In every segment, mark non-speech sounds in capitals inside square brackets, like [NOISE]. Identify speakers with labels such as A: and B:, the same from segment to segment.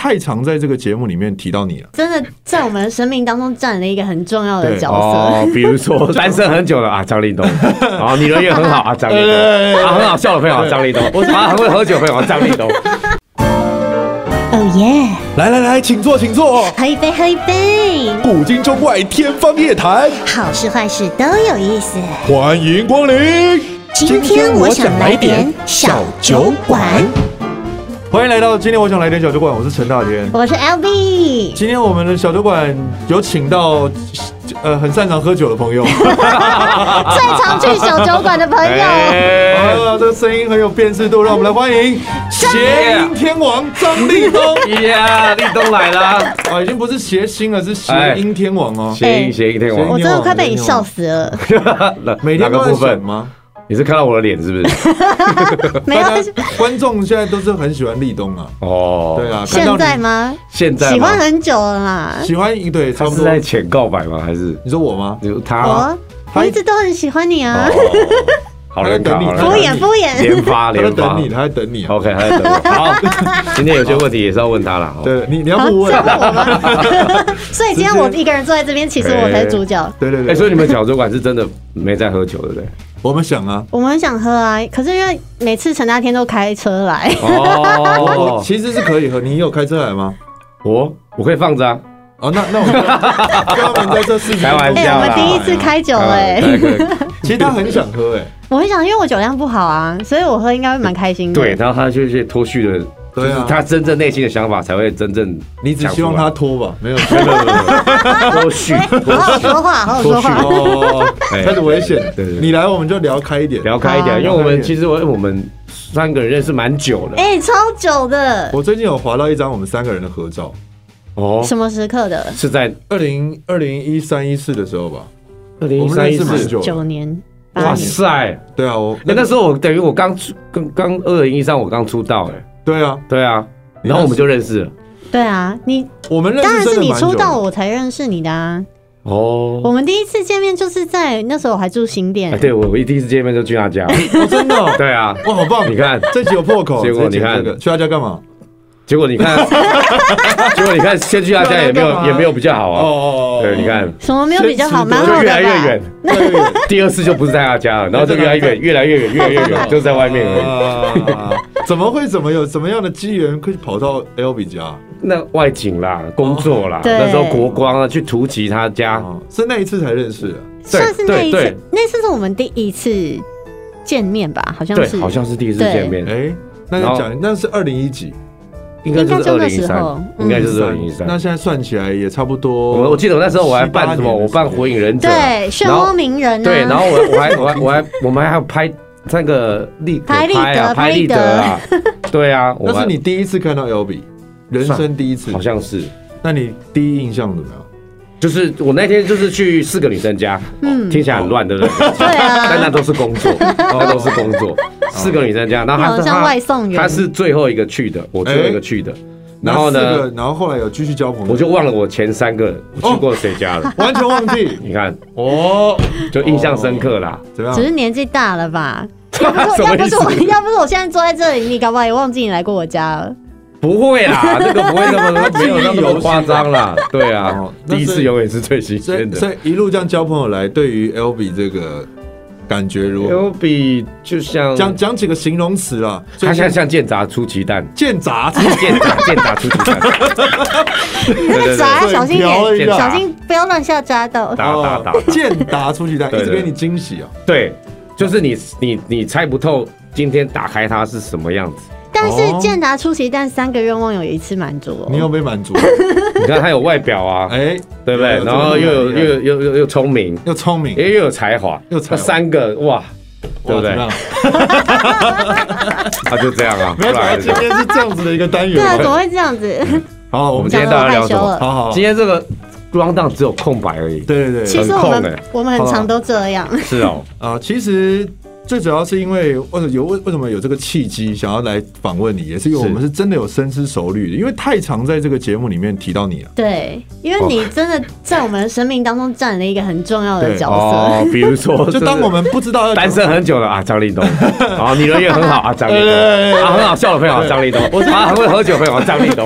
A: 太常在这个节目里面提到你了。
B: 真的在我们的生命当中占了一个很重要的
A: 对
B: 角
C: 哦
B: 色。，
C: 比如说单身很久了啊，张立东，哦，你人也很好啊，张立东，啊，很好笑的朋友，张立东，啊，很会喝酒的朋友，张立东，
B: 哦耶！
A: 来来来，请坐，请坐。
B: 喝一杯，喝一杯，
A: 古今中外，天方夜谭，
B: 好事坏事都有意思。
A: 欢迎光临。
B: 今天我想来点小酒馆。
A: 欢迎来到今天我想来点小酒馆，我是陈大天。
B: 我是 LB，
A: 今天我们的小酒馆有请到呃很擅长喝酒的朋 [LAUGHS] 友，
B: 最常去小酒馆的朋友，
C: [LAUGHS] 哎
A: 啊，这个声音很有辨识度，让我们来欢迎谐音天王张立 [LAUGHS] 东。
C: 呀，立东来了，
A: 啊，已经不是谐星了，是谐音天王哦。
C: 谐音谐音天王
B: 我真的快被你笑死了。
C: 哪
A: 每
C: 哪
A: 天
C: 个
A: 都在
C: 部分
A: 选？吗？
C: 你是看到我的脸是不是？
B: 没有，
A: 大家观众现在都是很喜欢立冬啊，
C: 哦，
A: 对，啊，看到
B: [LAUGHS] 现
A: 你
B: 在吗？
C: 现在吗
B: 喜欢很久了啦。
A: 喜欢一对差
C: 他
A: 不
C: 是
A: 多。
C: 在前告白吗？还是
A: 你说我吗？
C: 就他？
B: 我我一直都很喜欢你啊，
C: 哦好
A: 他在
C: 人卡，
A: 等你
C: 好
A: 他
B: [LAUGHS] 敷
A: 在
C: 人
A: 等你
B: 衍敷
C: 卡，
B: 衍。
C: 连发
A: 他在
C: 连
A: 等
C: 发
A: 你，他在等你啊。
C: ，OK，他在等我。好，今天有些问题也是要问他了。
A: [LAUGHS]
C: 哦
A: 对，你你要
B: 啊，
A: 不
B: 这
A: 问
B: 样？我吗？ [LAUGHS] 所以今天我一个人坐在这边，其实我才是主角。
A: 对对
C: 哎，所
A: 对，
C: 以你们小酒馆是真的没在喝酒，对不对？
A: 我们想啊，
B: 我们很想喝啊，可是因为每次陈大天都开车
C: [LAUGHS]
B: 来，
A: 我
C: 哦，
A: 其实是可以喝。你有开车来吗？
C: 我我可以放着啊，
A: 哦，那
C: [LAUGHS]
A: 那我们跟他们在这事情
C: 开玩
B: 哎、
C: 笑
B: 我们
C: 啦
B: 第一次开酒哎、
C: 可以可以可以
A: [LAUGHS] 其实他很想喝哎，
B: 我很想，因为我酒量不好啊，所以我喝应该会蛮开心的。 [LAUGHS]
C: 对，，然后他就是脱序的，就
A: 对
C: 是
A: 啊
C: 他真正内心的想法才会真正
A: 你只
C: 讲出来，
A: 希望他脱吧，没有
C: 没有没有没有没有脱序
B: 哎好好说话，好好
C: 脱
B: 说
C: 序
B: 话。
C: 哦，哎
A: 开始危险。
C: 对对对
A: 你来我们就聊开一点。
C: 聊开一
B: 好
C: 点，因为
A: 聊
C: 我
A: 开一
C: 们
A: 点
C: 其实我我们三个人认识蛮久了
B: 哎、超久的，
A: 我最近有划到一张我们三个人的合照，
C: 哦，
B: 什么时刻的？
C: 是在
A: 二零二零一三一四的时候吧。
C: 二零
A: 我
C: 一
A: 们
C: 三
A: 认
C: 一
A: 识蛮
C: 四，
A: 久了
B: 九。年，八
C: 哇
B: 年。
C: 塞！哎
A: 对啊，我
C: 那时候我等于我刚出，刚刚二零一三我刚出道哎，
A: 对啊，
C: 对啊，
A: 你
C: 然
A: 那
C: 后
A: 时
C: 我们就认识了
B: 对啊，你
A: 我们认
B: 当
A: 识
B: 然
A: 真
B: 是
A: 的
B: 你
A: 蛮久
B: 出
A: 的哦
B: 道我才认识你的啊。我
C: 哦，
B: 们第一次见面就是在那时候我还住新店
C: 哎，对我我一第一次见面就去他家，
A: 哦真的
C: [LAUGHS]
A: 哦
C: 对啊，
A: 哇，好棒！
C: 你看
A: 这集有破口，
C: 结果
A: 这集
C: 你看
A: 这个去他家干嘛？
C: 结果你看， [LAUGHS] 结果你看，先去他家也没
A: 对啊干
C: 有
A: 嘛
C: 也没有比较好
A: 哦
C: 啊。
A: 哦
C: 对，你看，
B: 什么没有比较
A: 先
B: 好，
A: 吃多
B: 蛮
A: 久
B: 好的
C: 就越来越
B: 吧？
C: 远，第二次就不是在
B: [LAUGHS]
C: 他家了，然后就越来越远，越来越远，越来越远，就在外面而已。
A: 啊怎么会？怎么有怎么样的机缘会跑到 L B 家？
C: 那外景啦，工作啦，
B: 哦对
C: 那时候国光啊，去图奇他家，
A: 哦是那一次才认识的。
B: 算是那一
C: 对对
B: 次，那次是我们第一次见面吧？好像
C: 对
B: 是，，
C: 好像是第一次见面，
A: 哎，那
C: 然
A: 你
C: 后
A: 讲那是二零一几？
C: 应该就是
B: 应
C: 二
B: 该
C: 零
B: 就那
C: 一
B: 时候嗯
C: 三，应该就是二零一
A: 13
C: 三。
A: 那现在算起来也差不多。
C: 我我记得我那时候我还办什
A: 18
C: 么，我办火影忍者，
B: 对，漩
C: 然
B: 涡
C: 后
B: 鸣人啊，
C: 对，然后我我还我还我还我们还有拍那个立可
B: 拍立
C: 啊
B: 得
C: 拍立得啊，对啊，
A: [LAUGHS]
C: 我
A: 那是
C: 们
A: 你第一次看到 L B，人生第一次
C: 好。像是。
A: 那你第一印象怎么样？
C: 就是我那天就是去四个女生家，
B: 嗯
C: 听起来很乱，对不对？
B: 对
C: [LAUGHS]
B: 啊
C: 但那都是工
B: [LAUGHS]
C: 作，那都是工作。四个女生家，然后
B: 好
C: 她
B: 像外送
C: 她
B: 员，
C: 她是最后一个去的，我最后一个去的。然后
A: 嗯那四
C: 呢，
A: 个？然后后来有继续交朋友，
C: 我就忘了我前三个人我去过谁家了。
A: 完全忘
C: [LAUGHS]
A: 记
C: 你看，
A: 哦。
C: 就印象深刻啦。
A: 怎么样
B: 只？是年纪大了
C: [LAUGHS]
B: 吧？
C: 啊什
B: 哦要
C: 么
B: 不
C: 意
B: 是我， [LAUGHS]
C: 思？
B: 要不是我现在坐在这里，你搞不好也忘记你来过我家了。
C: 不会啦，那个不会那
A: [LAUGHS]
C: 么没有那么夸张啦。对啊
A: 哦，那
C: 第一
A: 所以
C: 次永远是最新
A: 所
C: 鲜
A: 以
C: 的。
A: 所以一路这样交朋友来，对于 L B 这个感觉如何？
C: 有比就像
A: 讲讲几个形容词啦，
C: 他像像健杂出奇蛋，
A: 见杂志，
C: 健杂健杂出奇
B: [LAUGHS]
C: 蛋。
B: 你那个
C: 对
B: 闸
A: 对对
B: 小心
A: 瞄
B: 一
A: 一
B: 点，
C: 下
B: 小心不要乱下闸到。
C: 打打打打
A: 哦健达出奇蛋，一
C: 对对
A: 直给你惊喜啊！
C: 对，就是你你你猜不透今天打开它是什么样子。
B: 但
A: 哦
B: 是健达出奇蛋三个愿望有一次满足哦。
A: 你有被满足？
C: 你看它有外表啊，
A: 哎，
C: 对不对？然后又有又有又又又聪明，
A: 又聪明，
C: 又又有才华，
A: 又才华
C: 那三个哇，对不
A: 哇
C: 对
A: 怎么？样
C: 他就这样啊，
A: [LAUGHS] 没有
C: 不
A: 想到
C: 然
A: 今天是这样子的一个单
B: 对啊，
A: 元
B: 怎
A: 嘛。
B: 么会这样子？
A: 好，我们
C: 今天
B: 讲得
C: 大
B: 我害
C: 家聊什
B: 羞
C: 么
B: 了。
A: 好好，
C: 今天这个 round down 只有空白而已。
A: 对对对
B: 其实我
C: 很空欸
B: 们我们很
A: 好吧
B: 常都这样，
C: 是哦，
A: 啊，其实最主要是因为为什么有为为什么有这个契机想要来访问你，也是因为我们是真的有深思熟虑的，因为太常在这个节目里面提到你了。
B: [LAUGHS] 对，因为你真的在我们的生命当中占了一个很重要的角色。
C: 哦，比如
A: [LAUGHS]
C: 说，
A: 就当我们不知道要
C: 单身很久了啊，张
A: [LAUGHS]
C: 立东，啊，你人也很好啊，张立
A: 哎哎哎
C: 东，啊，很好笑的朋友，张立东，啊，很会喝酒的朋友，张立东，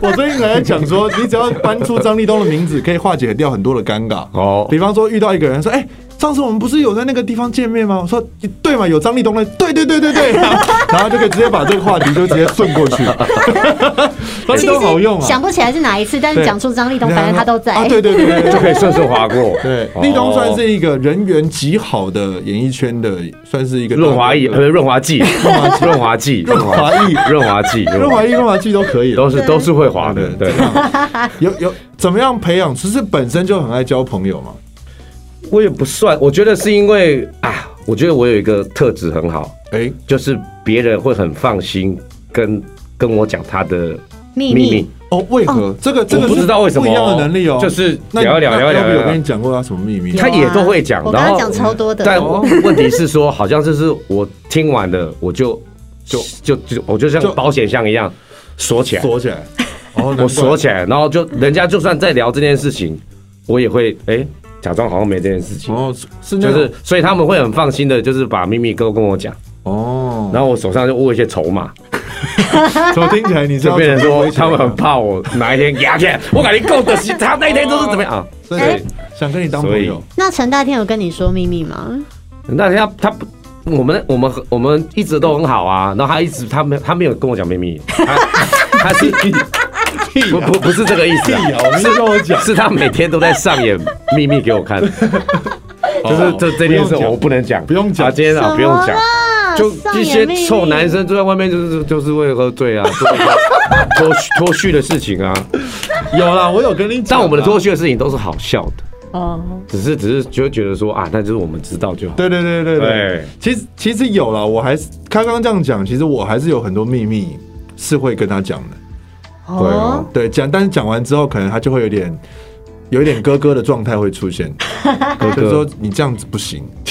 A: 我最近还在讲
C: [LAUGHS]
A: 说，你只要搬出张立东的名字，可以化解掉很多的尴尬。 [LAUGHS]
C: 哦
A: 比方说遇到一个人说：“哎、上次我们不是有在那个地方见面吗？”我说：“对嘛，有张立东嘞。”对对对对
C: [LAUGHS]
A: 对，然后就可以直接把这个话题就直接顺过去。张 [LAUGHS] 立
B: 其
A: 东好用
B: 实
A: 啊
B: 想，不起来是哪一次，但是
A: 对
B: 讲出张立东，反正他都在。
A: 啊，对对对对
C: 就可以顺顺划过。
A: 对
C: 哦，
A: 立东算是一个人缘极好的演艺圈的，算是一个
C: 润滑液，呃，
A: [LAUGHS] 润
C: 润滑剂，润滑剂，
A: [LAUGHS]
C: 润
A: 滑液
C: 润滑剂，润
A: 滑
C: 滑
A: 液、润滑剂都可以。
C: 都是都是会滑的，对。
A: 有有怎么样培养？其实本身就很爱交朋友嘛。
C: 我也不算，我觉得是因为啊，我觉得我有一个特质很好，
A: 哎、
C: 就是别人会很放心跟跟我讲他的
B: 秘
C: 秘
B: 密
C: 密。。
A: 哦，为何？这个这个
C: 我不知道为什么
A: 不一样的能力哦。
C: 就是
A: 那
C: 聊一聊
A: 那
C: 聊一聊
A: 那
C: 聊一聊
A: 我跟你讲过他什么秘密？
C: 他也都会
B: 有
C: 讲
B: 啊，我
C: 然
B: 刚
C: 后
B: 刚讲超多的。
C: 但
A: 哦
C: 问题是说，好像就是我听完了，我就就就就我就像
A: 就
C: 保险箱一样锁起来，
A: 锁起来。哦，
C: 我锁起来，然后就人家就算在聊这件事情，我也会哎、假装好像没这件事情。
A: 哦，是那
C: 就
A: 种
C: 是，所以他们会很放心的，就是把秘密都跟我讲，
A: 哦，
C: 然后我手上就握一些筹码，
A: 怎么听起来你 [LAUGHS] 这
C: 就
A: 样
C: 变成说他们很怕我哪一天压起来，我感觉够的，他那一天都是怎么样啊？
A: 所以想跟你当朋友
C: 所，
B: 那陈大天有跟你说秘密吗？
C: 那他他不，我们我们我们一直都很好啊，然后他一直他没他没有跟我讲秘密，他他是不不不是这个意思、
A: 屁
C: 啊
A: 啊，我没
C: 是
A: 跟我讲
C: 是他每天都在上演秘密给我看，就是这这件事我不能讲，
A: 不用讲
C: 啊今天啊不用讲。就
B: 什么啦
C: 一些臭男，生坐在外面，就是就是为了喝醉 [LAUGHS] 啊，做一些脱脱序的事 [LAUGHS] 情啊。
A: 有啦，我有跟你讲啊，
C: 但我们的脱序的事情都是好笑的，
B: 上演秘密哦，
C: 只是只是就觉得说啊，那就是我们知道就好。
A: 对对对对
C: 对
A: 对，其实其实有啦，我还是他刚刚这样讲，其实我还是有很多秘密是会跟他讲的，
C: 啊
B: 哦，
A: 对，讲但是讲完之后，可能他就会有点。有一点哥哥的状态会出现，
C: [LAUGHS] 哥
A: 就是
C: 哥
A: 说你这样子不行， [LAUGHS]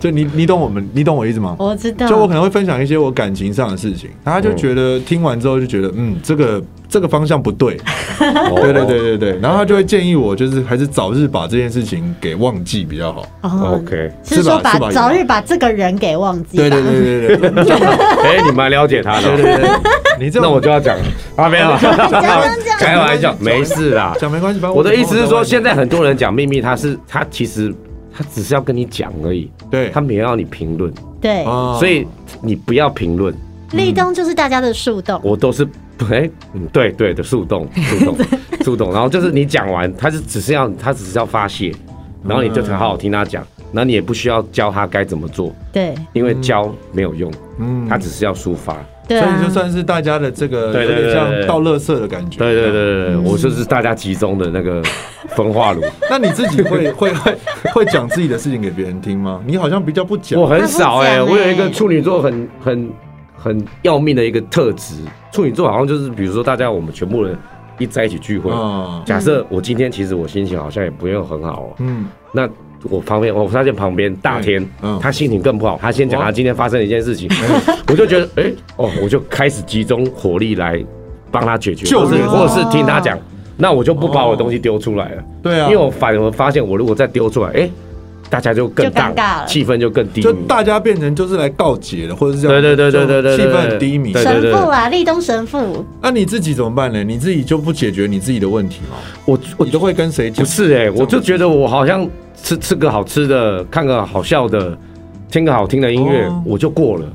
A: 就你你懂我们，你懂我意思吗？
B: 我知道。
A: 就我可能会分享一些我感情上的事情，然后他就觉得听完之后就觉得，嗯，这个这个方向不对，
C: 哦
A: 对对对对对，然后他就会建议我，就是还是早日把这件事情给忘记比较好。
B: 哦
C: ，OK。
B: 是
A: 是
B: 说
A: 吧
B: 把
A: 是吧
B: 早日把这个人给忘记吧。
A: 对对对对对
C: [LAUGHS]
A: 对
C: [LAUGHS] 哎，你蛮了解他的哦。
A: 对对，你这
C: [LAUGHS] 那
A: 种
C: 我就要讲了 [LAUGHS] 啊，没有啊，
B: 讲讲讲
C: 开玩笑，没事啦。
A: 讲没关系，反正
C: 我的意思是说，现
A: 在
C: 在很多人讲秘密，他是他其实他只是要跟你讲而已，
A: 对
C: 他没有要你评论，
B: 对，
A: 啊
C: 所以你不要评论，
B: 立冬就是大家的树洞。
C: 我都是。 [LAUGHS] 哎，嗯，对对的，树
B: [LAUGHS]
C: 洞，树洞，树洞，然后就是你讲完，他是只是要，他只是要发泄，然后你就
A: 嗯
C: 很好好听他讲，然后你也不需要教他该怎么做，
B: 对
C: 因为教没有用，
A: 嗯
C: 他只是要抒发。
B: 对
A: 所以
B: 啊
A: 就，算是大家的这个
C: 对
A: 有
C: 对对
A: 点
C: 对
A: 像倒垃圾的感觉。
C: 对对对。对
B: 嗯
C: 对，我就是大家集中的那个焚
B: [LAUGHS]
C: 化炉。
A: 那你自己会 [LAUGHS] 会会会讲自己的事情给别人听吗？你好像比较不讲
C: 我。很少哎、
B: 他不讲欸
C: 我有一个处女座很很很要命的一个特质，处女座好像就是比如说大家我们全部人一在一起聚会，
B: 嗯
A: 啊，
C: 假设我今天其实我心情好像也不用很好哦、
A: 嗯，
C: 那我旁边我发现旁边大天，
A: 嗯嗯
C: 他心情更不好，他先讲
A: 哇
C: 他今天发生的一件事情， [LAUGHS] 我就觉得哎、哦，我就开始集中火力来帮他解决，
A: 救
C: 或是
A: 援
C: 或是听他讲，那我就不把我东西丢出来了。
A: 对啊，
C: 因为我反而发现，我如果再丢出来，哎、大家就更
B: 就尴尬了
C: 气氛就更低迷
A: 就。大家变成就是来告解的，或者是这
C: 对
A: 样，
C: 对对对对对对，
A: 气氛很低迷。
C: 对对
B: 神
C: 对，
B: 父啊，立冬神父，
A: 那你自己怎么办呢？你自己就不解决你自己的问题吗？
C: 我我
A: 你都会跟谁讲？
C: 不是哎、我就觉得我好像吃吃个好吃的，看个好笑的，听个好听的音乐，
A: 哦
C: 我就过了。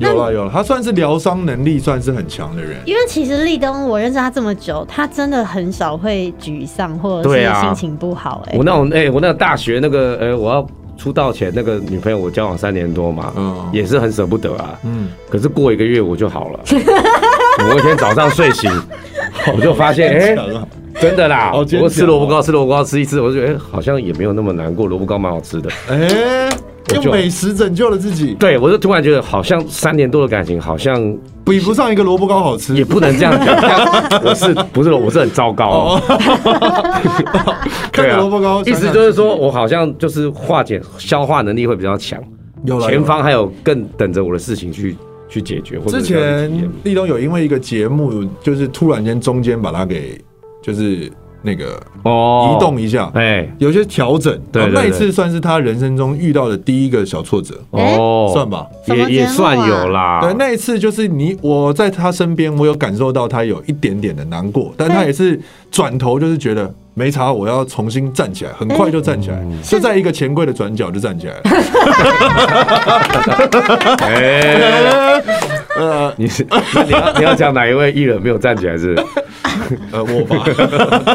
A: 有了有了，他算是疗伤能力算是很强的人。
B: 因为其实立冬我认识他这么久，他真的很少会沮丧或者
C: 对
B: 是
C: 啊
B: 心情不好、哎、
C: 我那种哎、我那个大学那个呃、我要出道前那个女朋友，我交往三年多嘛，
A: 嗯
C: 也是很舍不得啊。
A: 嗯，
C: 可是过一个月我就好了。 [LAUGHS] 我有一天早上睡醒，我就发现哎。真的啦，
A: 啊好坚强哦
C: 我吃萝卜糕，吃萝卜糕吃一次，我就觉得、哎好像也没有那么难过，萝卜糕蛮好吃的。
A: 哎，
C: 我就
A: 用美食拯救了自己，
C: 对我就突然觉得，好像三年多的感情，好像
A: 比不上一个萝卜糕好吃
C: 也。不能这样讲。 [LAUGHS] 这样我是不是我是很糟糕、哦？ [LAUGHS] 啊
A: 看个萝卜糕，
C: 意
A: 想
C: 思
A: 想
C: 就是说我好像就是化解消化能力会比较强，
A: 有了
C: 前方还有更等着我的事情去去解决。或者
A: 之
C: 是要去体
A: 前
C: 验
A: 立东有因为一个节目，就是突然间中间把它给就是那个
C: 哦
A: 移动一下，
C: 哎
A: 有些调整。
C: 对
A: 然后
C: 对
A: 那一
C: 对
A: 次算是他人生中遇到的第一个小挫折，
C: 哦
A: 算吧。
B: 什么
C: 也也
B: 节目
C: 算
B: 啊
C: 有啦。
A: 对，那一次就是你我在他身边，我有感受到他有一点点的难过，但他
B: 对
A: 也是转头就是觉得没差，我要重新站起来，很快就站起来，
C: 嗯
A: 就在一个钱柜的转角就站起来了。
C: 哎，
A: [LAUGHS] 呃
C: 你是那你要你要讲哪一位艺人没有站起来是？
A: 呃，我吧，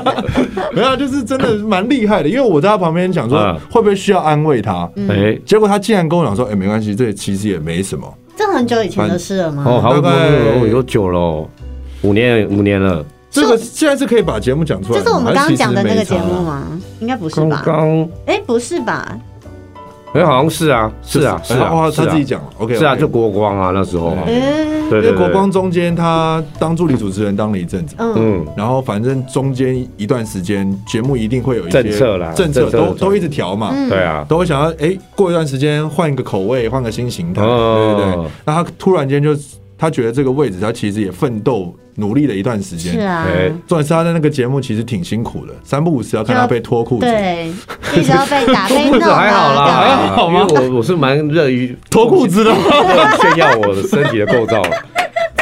A: [LAUGHS] 没有，啊就是真的蛮厉害的，因为我在他旁边讲说
C: 嗯
A: 会不会需要安慰他，
B: 嗯
C: 哎，
A: 结果他竟然跟我讲说，哎，没关系，这其实也没什么。
B: 这很久以前的事了吗？
C: 哦，好
A: 嗯大
C: 久
A: 概
C: 了，有久了哦，五年五年了。
A: 这个现在是可以把节目讲出来
C: 啊
B: 就
A: 的，
B: 是我们刚刚讲的那个节目
A: 吗？
B: 吗？应该不是
C: 刚
B: 吧？
C: 刚
B: 哎，不是吧？
C: 哎，好像是啊，是啊，是啊，
A: 哦，
C: 是
A: 他
C: 啊
A: 自己讲，OK，
C: 是啊，就国光啊，那时候啊，
A: 对
B: 哎，
C: 对
A: 因为
C: 对，
A: 国
C: 对
A: 光，中间他当助理主持人当了一阵子，
B: 嗯，
C: 嗯，
A: 然后反正中间一段时间节目一定会有一些
C: 政策啦
A: 政策
C: 政策
A: 都
C: 的
A: 都一直调嘛，
B: 嗯
C: 对啊，
A: 都会想要哎过一段时间换一个口味，换个新形态，对
C: 哦
A: 对对。那他突然间就他觉得这个位置他其实也奋斗努力了一段时
B: 是
A: 间，
B: 啊，
C: 哎
A: 重点是他在那个节目其实挺辛苦的，三不五时要看
B: 就
A: 他
B: 要
A: 被脱裤子，
B: 对，一直要被
C: [LAUGHS]
B: 打被
C: 不
B: 弄
C: 是
B: 啊，
C: 还嗯好啦，
B: 干嘛
A: 还好吗
C: 因为我我是蛮乐于
A: 脱裤子的。
C: 炫耀我的身体的
B: [LAUGHS]
C: 构造了，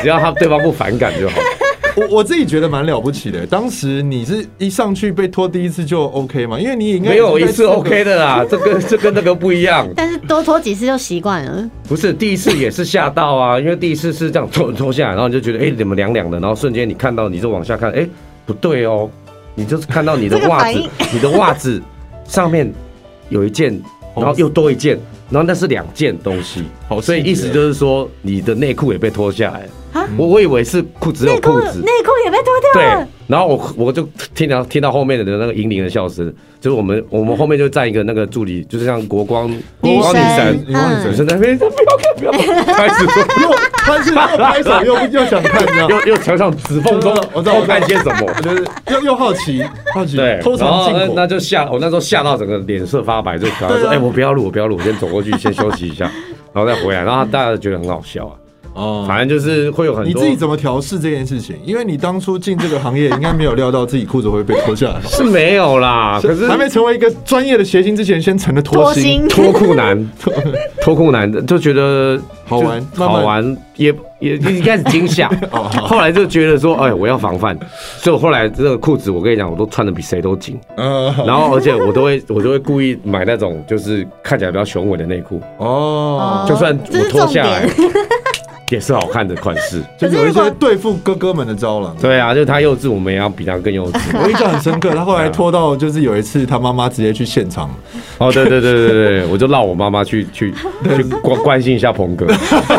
C: 只要他对方不反感就好。
A: [LAUGHS] 我我自己觉得蛮了不起的。当时你是一上去被拖第一次就 OK 嘛？因为你应该
C: 没有一
A: 在
C: 次
A: 这个 [LAUGHS]
C: OK 的啦，这跟这跟那个不一样。
B: 但是多拖几次就习惯了。
C: 不是第一次也是吓到啊，因为第一次是这样脱脱下来，然后你就觉得哎、怎么凉凉的，然后瞬间你看到你就往下看，哎、不对哦，你就是看到你的
B: 这个
C: 袜
B: 反
C: 子
B: 应，
C: 你的袜子上面有一件，然后又多一件，然后那是两件东西，
A: 好
C: 所以
A: 细节
C: 意思就是说你的内裤也被脱下来
B: 啊
C: 了。我我以为是裤子有
B: 内裤
C: 裤子，
B: 内裤也被脱
C: 对
B: 掉了，，
C: 然后我我就听到听到后面的那个银铃的笑声，就是我们我们后面就站一个那个助理，就是像国光
B: 女
C: 国光女
B: 神
A: 女
B: 嗯
C: 神，
A: 嗯神
C: 女
A: 女
C: 生在那边，不要看，不要看，开始说
A: 又他是又拍手又又想看，你知道吗？ [LAUGHS]
C: 又又墙上指缝中，
A: 我知道我知道
C: 偷看些什么。
A: 就是又又好奇好奇
C: 对，，
A: 偷
C: 然
A: 藏
C: 后
A: 禁
C: 那
A: 果
C: 那。就吓，我那时候吓到整个脸色发白，就赶快
A: 对 [LAUGHS]
C: 说：“
A: 啊
C: 哎，我不要录，我不要录，我先走过去，先休息
A: [LAUGHS]
C: 一下，然后再回来。”然后大家觉得很好笑啊，
A: 哦，
C: 反正就是会有很
A: 你
C: 多
A: 自己怎么调试这件事情？因为你当初进这个行业，应该没有料到自己裤子会被脱下来。
C: 是没有啦， [LAUGHS] 可是
A: 还没成为一个专业的谐星之前，先成了脱
B: 脱
A: 星。
B: 星
C: 脱裤男，
B: [LAUGHS]
C: 脱裤男就觉得
A: 好玩
C: 就好玩也也一开始
B: [LAUGHS]
C: 惊吓，
B: 哦
C: 后来就觉得说，哎，我要防范，所以我后来这个裤子，我跟你讲，我都穿的比谁都紧，
B: 哦
A: 呃，
C: 然后而且我都会我都会故意买那种就是看起来比较雄伟的内裤，
A: 哦，
C: 就算
B: 这
C: 我
B: 是
C: 脱
B: 重
C: 下来
B: 点。
C: [LAUGHS] 也是好看的款式。
A: 就
B: 可是
A: 有一
B: 如果
A: 些对付哥哥们的招了。
C: 对啊，就他幼稚，我们也要比他更幼稚。
A: 我印象很深刻，他后来拖到就是有一次，他妈妈直接去现场，
C: 哦，对对对对对，我就让我妈妈去去去关关心一下鹏哥， [LAUGHS]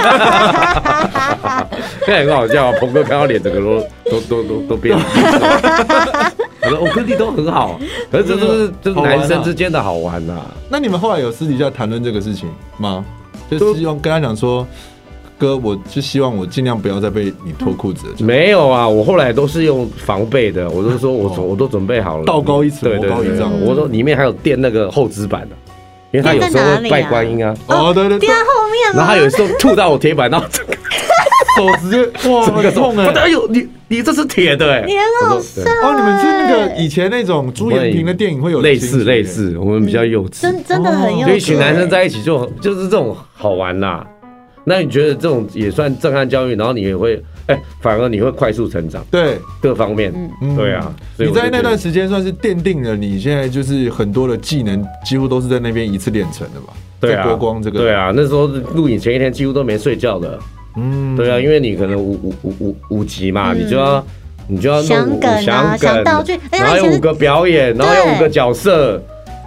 C: 现在很好笑啊！鹏哥看到脸整个都都都都都变了。我说我跟你都很好，可是这就是就是
A: 啊
C: 男生之间的好玩啊呐、
A: 那你们后来有私底下谈论这个事情吗？就希望跟他讲说，哥，我就希望我尽量不要再被你脱裤子了。就
C: 没有啊，我后来都是用防备的，我都说我准我都准备好了，
A: 哦道高一尺
C: 对对
A: 魔高一
C: 对
A: 丈
C: 我说里面还有垫那个厚纸板的、因为他有时
B: 垫在哪
C: 候
B: 里
C: 会
B: 啊
C: 拜观音啊，
A: 哦，对对对
B: 垫，在后面
C: 然后
B: 吗
C: 他？有时候吐到我铁板，然后整个
A: 手直接哇，
C: [LAUGHS] 整个
A: 很痛哎、
C: 哎呦，你你这是铁的哎、
B: 你很好笑
C: 我说对
A: 哦，你们是那个以前那种朱延平的电影会有的
C: 类
A: 情
C: 似
A: 节
C: 类，似，我们比较幼稚，
B: 嗯真真的很有
C: 哦就一群男生在一起就就是这种好玩啦。那你觉得这种也算震撼教育，然后你也会哎、反而你会快速成长
A: 对，
C: 各方面，
A: 嗯
C: 对啊。所以
A: 你
C: 我就
A: 在那段
C: 觉
A: 时间算是奠定了你现在就是很多的技能，几乎都是在那边一次练成的吧？
C: 得对
A: 在
C: 啊，
A: 国光这个，
C: 对，啊，那时候录影前一天几乎都没睡觉的，
A: 嗯，
C: 对啊，因为你可能五五五五五集嘛，你就要你就要
B: 嗯
C: 弄
B: 想
C: 五
B: 梗啊
C: 想
B: 想道具哎
C: 然
B: 他以
C: 后有
B: 前是
C: 五个表演，然后有
B: 对
C: 五个角色，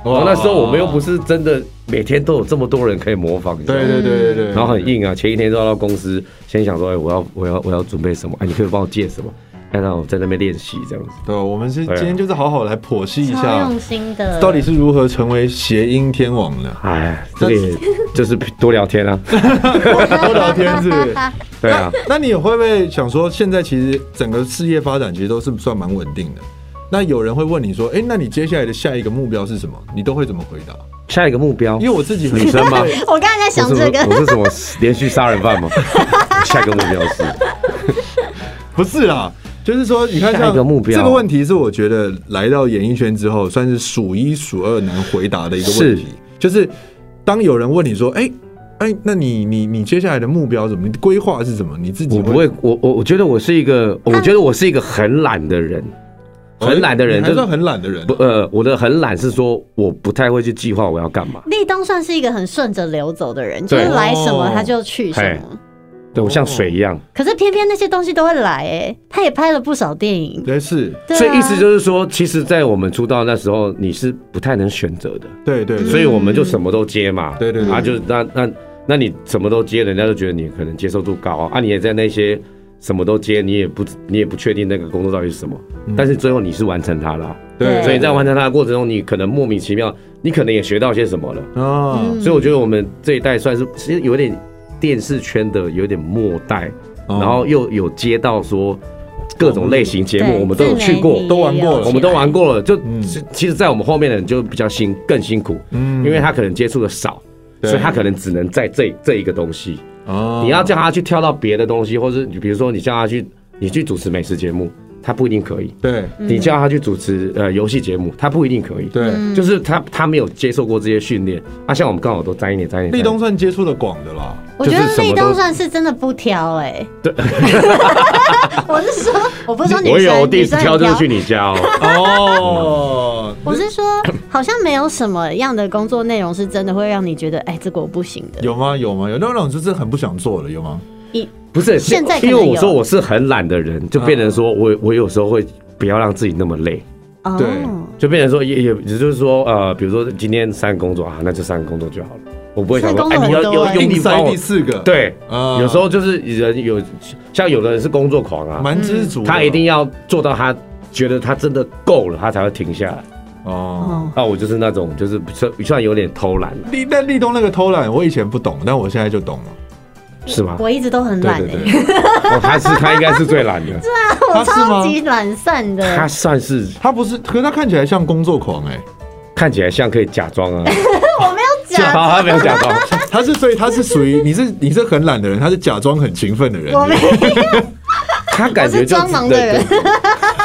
C: 然
A: 哇
C: 后那时候我们又不是真的每天都有这么多人可以模仿，你知道吗
A: 对对对对对，
C: 然后很硬啊，前一天都要到公司，先想说，哎、我要我要我要准备什么？哎、你可以帮我借什么？哎，让我在那边练习这样子。
A: 对，我们是
C: 对
A: 今
C: 啊
A: 天就是好好来剖析一
B: 超
A: 下
B: 用，心的， [LAUGHS]
A: 到底是如何成为谐音天王的。
C: 哎，这个也就是多聊天啊，
A: 多聊天是不是
C: 对啊，
A: 那你会不会想说，现在其实整个事业发展其实都是算蛮稳定的？那有人会问你说，哎、那你接下来的下一个目标是什么？你都会怎么回答？
C: 下一个目标
A: 因为我自己很
C: 女生吗？
B: 我刚才在想
C: 我
B: 这
C: 是
B: 个，
C: 我是什么连续杀人犯吗？下一个目标是
A: [LAUGHS] 不是啦，就是说，你看
C: 下
A: 像
C: 一个目标
A: 这个问题是我觉得来到演艺圈之后，算是数一数二难回答的一个问题，就是当有人问你说，哎、哎、那你你你接下来的目标是什么？你的规划是什么？你自己
C: 我不会，我我我觉得我是一个，我觉得我是一个很懒的人，很懒的人，
A: 哦还
C: 就是
A: 算很懒的人
C: 不。呃，我的很懒是说我不太会去计划我要干嘛。
B: 立冬算是一个很顺着流走的人，就
C: 对哦
B: 是来什么他就去什么。
C: 对我像水一样，
B: 可是偏偏那些东西都会来、哎，他也拍了不少电影，
A: 对，是，
B: 对啊
C: 所以意思就是说，其实，在我们出道那时候，你是不太能选择的，
A: 对对对
C: 所以我们就什么都接嘛。
A: 嗯对对对
C: 啊，就是那那那你什么都接，人家就觉得你可能接受度高啊。你也在那些什么都接，你也不你也不确定那个工作到底是什么，但是最后你是完成它了啊。
A: 嗯对，
C: 所以在完成它的过程中，你可能莫名其妙，你可能也学到些什么了。
A: 啊，
B: 嗯
C: 所以我觉得我们这一代算是其实有点电视圈的有点末代，
A: 哦
C: 然后又有接到说各种类型节目，
B: 对
C: 我们都有
B: 自媒
C: 去过
B: 体，
A: 都玩过
B: 也有
A: 了
C: 我们都玩过了。就
A: 嗯
C: 其其实，在我们后面的人就比较辛更辛苦，
A: 嗯
C: 因为他可能接触的少，
A: 对
C: 所以他可能只能在这这一个东西。
A: 啊
C: 你要叫他去跳到别的东西，或是你比如说你叫他去你去主持美食节目，他不一定可以；
A: 对
B: 嗯
C: 你叫他去主持呃游戏节目，他不一定可以。
A: 对，
B: 嗯
C: 就是他他没有接受过这些训练，啊，像我们刚好都沾一点沾一点。
A: 立冬算接触的广的啦，
B: 我觉
C: 就
B: 得
C: 是什么
B: 立
C: 都
B: 冬算是真的不挑哎、对， [LAUGHS] 我是说，我不是说女
C: [LAUGHS] 我有
B: 生，
C: 第一
B: 女
C: 次
B: 生
C: 挑
B: 很
C: 就是
B: 挑
C: 去。你家哦。
A: 哦，
B: 我是
C: [LAUGHS]
B: 说，好像没有什么样的工作内容是真的会让你觉得，哎，这个我不行的。
A: 有吗？有吗？有那种就是很不想做的有吗？
B: 一
C: 不是，
B: 现在可
C: 因
B: 能
C: 为
B: 有
C: 我说我是很懒的人，就变成说我我有时候会不要让自己那么累，
B: 哦
A: 对
C: 就变成说也也也就是说呃，比如说今天三个工作啊，那就三个工作就好了，我不会想
B: 三
C: 说
B: 个
C: 哎
B: 工作
C: 你要
B: 很多
C: 要
B: 欸
C: 用力
A: 硬塞
C: 帮我
A: 第。四个，，
C: 对，
A: 啊
C: 有时候就是人有像有的人是工作狂啊，
A: 蛮知足的，
C: 他一定要做到他觉得他真的够了，他才会停下来。
A: 哦。
B: 哦，
C: 那我就是那种就是算算有点偷懒了，
A: 立但立冬那个偷懒，我以前不懂，但我现在就懂了。
C: 是吗？
B: 我一直都很
A: 对
B: 懒
A: 对
B: 哎、
A: 对，
C: [LAUGHS] 哦他是他应该是最
B: [LAUGHS]
C: 懒的，
A: 他
B: 我
A: 是吗
B: 超级懒散
C: 他
B: 的。
C: 算是
A: 他不是，可是他看起来像工作狂哎、
C: 看起来像可以假装
B: [LAUGHS]
C: 啊， [LAUGHS]
B: 假，
C: 他没有
B: [LAUGHS]
C: 假装，
A: 他是所以他是属于你是你是很懒的人，他是假装很勤奋的人。
B: 我没
C: 他感觉
B: 我是
C: 就
B: 装忙的人，
C: 对对 [LAUGHS]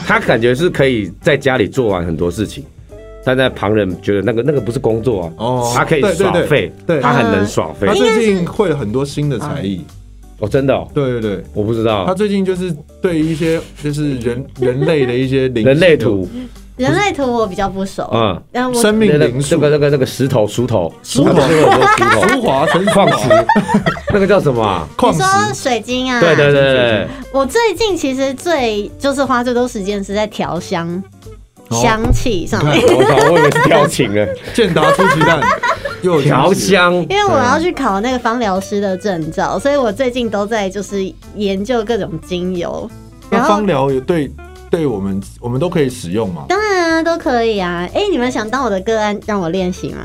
C: 他感觉是可以在家里做完很多事情，但在旁人觉得那个那个不是工作啊，
A: 哦
C: 他可以
A: 对对
C: 耍
A: 对
C: 废，
A: 对
C: 他很能耍废
A: 他。最近会了很多新的才艺，
B: 嗯
C: 哦，真的，哦，
A: 对对对，
C: 我不知
A: 他
C: 道
A: 最近就是对于一些就是人人类的一些灵性的
C: 人类图，
B: 人类图我比较不
C: [LAUGHS]
B: 熟，
C: 嗯，
B: 但我
A: 生命
C: 那个
A: 灵
C: 那
A: 数
C: 个、那个那个石头梳头，
A: 梳头
C: 他不是有很多梳
A: 舒
C: 头，
A: 华陈
B: [LAUGHS]
C: 矿
A: [LAUGHS]
C: 石，那个叫什么啊？
A: 矿
B: 你
A: 石
B: 说水晶啊？
C: 对对对对，
B: 我最近其实最就是花最多时间是在调香、
A: 哦
B: 香气上面，
C: 我操，我以为是调情啊呢，
A: 健达出奇
C: [LAUGHS]
A: 蛋，又有惊喜
C: 调，香。
B: 因为我要去考那个芳疗师的证照，所以我最近都在就是研究各种精油，然
A: 那
B: 后
A: 芳疗也对对我们我们都可以使用嘛？
B: 当然啊都可以啊。哎、你们想当我的个案让我练习吗？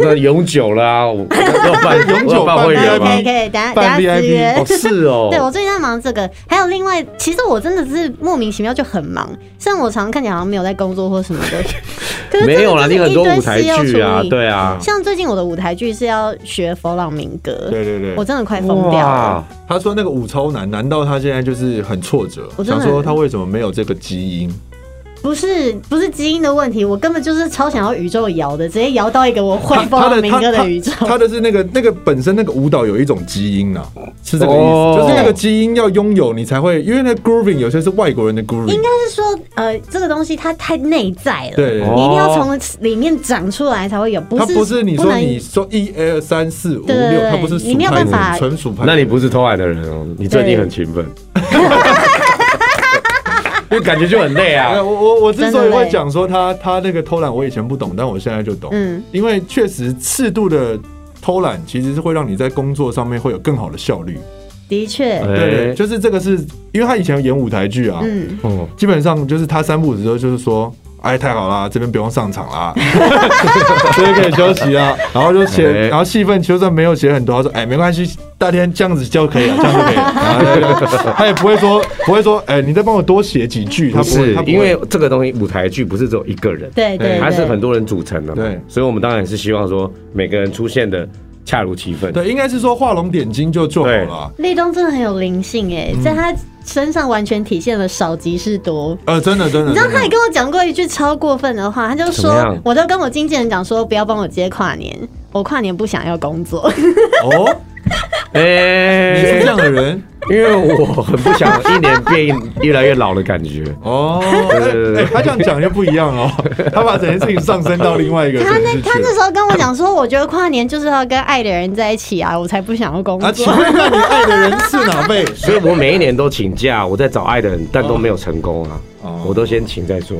C: 那永久
B: [LAUGHS]
C: 了啊，我要办
A: 永久
C: 要办
A: 办
C: 会
B: 可以
C: 员
B: 可以
C: 吗？
B: 可以，等下等下
A: 办
B: 私
A: VIP
B: 约
C: 哦，。是哦，
B: [LAUGHS] 对，我最近在忙这个，还有另外，其实我真的是莫名其妙就很忙，虽然我常看起来好像没有在工作或什么
C: [LAUGHS]
B: 的，可是真的
C: 没有啦，
B: 就是
C: 你很多
B: 一堆
C: 舞台
B: 事要
C: 剧啊
B: 处，理
C: 对啊，
B: 像最近我的舞台剧是要学佛朗明哥，
A: 对对对，
B: 我真的快疯掉了。，
A: 他说那个五超男，难道他现在就是很挫折？
B: 我真
A: 想
B: 的
A: 说他为什么没有这个基因？
B: 不是不是基因的问题，我根本就是超想要宇宙摇的，直接摇到一个我会
A: 他
B: 佛
A: 他
B: 朗
A: 的
B: 明
A: 他
B: 哥的宇宙。
A: 他他的是那个那个本身那个舞蹈有一种基因啊，是这个意思，
C: 哦
A: 就是那个基因要拥有你才会，因为那 grooving 有些是外国人的 grooving，
B: 应该是说，呃，这个东西它太内在了，
A: 对
B: 你一定要从里面长出来才会有，不
A: 他
B: 是
A: 不是你
B: 不
A: 说
B: 能
A: 你说一二三四五
B: 对对
A: 六，
B: 对
A: 他不是数
B: 你没有
A: 拍
B: 办法
A: 子，纯数拍子。
C: 那你不是偷懒的人哦，你最近很勤
B: [LAUGHS]
C: 奋，因为感觉就很累
A: 对
C: 啊。
A: 哎我我我之所以
B: 真的
A: 会
B: 嘞
A: 讲说他他那个偷懒，我以前不懂，但我现在就懂。
B: 嗯
A: 因为确实适度的偷懒其实是会让你在工作上面会有更好的效率。
B: 的确，
A: 对
C: 哎
A: 对，就是这个是因为他以前有演舞台剧啊，
B: 嗯，
C: 哦
A: 基本上就是他三不五时候就是说。哎，太好啦，这边不用上场
B: [LAUGHS]
A: 啦，这边可以休息啊。 [LAUGHS] 然后就写，
C: 哎
A: 然后戏份就算没有写很多，他说哎没关系，大天这样子就可以了，这样就可以了。然后 [LAUGHS] 他就他也不会说不会说哎你再帮我多写几句，他
C: 不
A: 不会，
C: 是
A: 他不会
C: 因为这个东西舞台剧不是只有一个人，
B: 对对，
C: 它是很
B: 多
C: 多人组成的嘛，
A: 对
C: 所以我们当然是希望说每个人出现的恰如其分。
A: 对应该是说画龙点睛就做好
C: 对
A: 了啊。
B: 立冬真的很有灵性哎，
A: 嗯
B: 在他身上完全体现了少即是多。
A: 呃，真的真的，
B: 你知道
A: 真
B: 他也
A: 的
B: 跟我讲过一句超过分的话，他就
C: 怎么
B: 说
C: 样，
B: 我就跟我经纪人讲说，不要帮我接跨年，我跨年不想要工作。
A: 哦，你
C: 哎
A: 是这样的人。
C: 因为我很不想一年变越来越老的
B: [LAUGHS]
C: 感觉。
A: 哦，
C: 对对对
A: 哎
C: 对
A: 哎他这样讲就不一样 [LAUGHS] 哦，他把整件事情上升到另外一个层
B: 他那
A: 次
B: 他
A: 去
B: 那
A: 了。
B: 时候跟我讲说，我觉得跨年就是要跟爱的人在一起啊，我才不想要工
A: 啊，请
B: 作。
A: 问一下，你爱的人是哪位？
C: 所以我每一年都请假，我在找爱的人，但都没有成功啊。
A: 哦
C: 我都先请再说，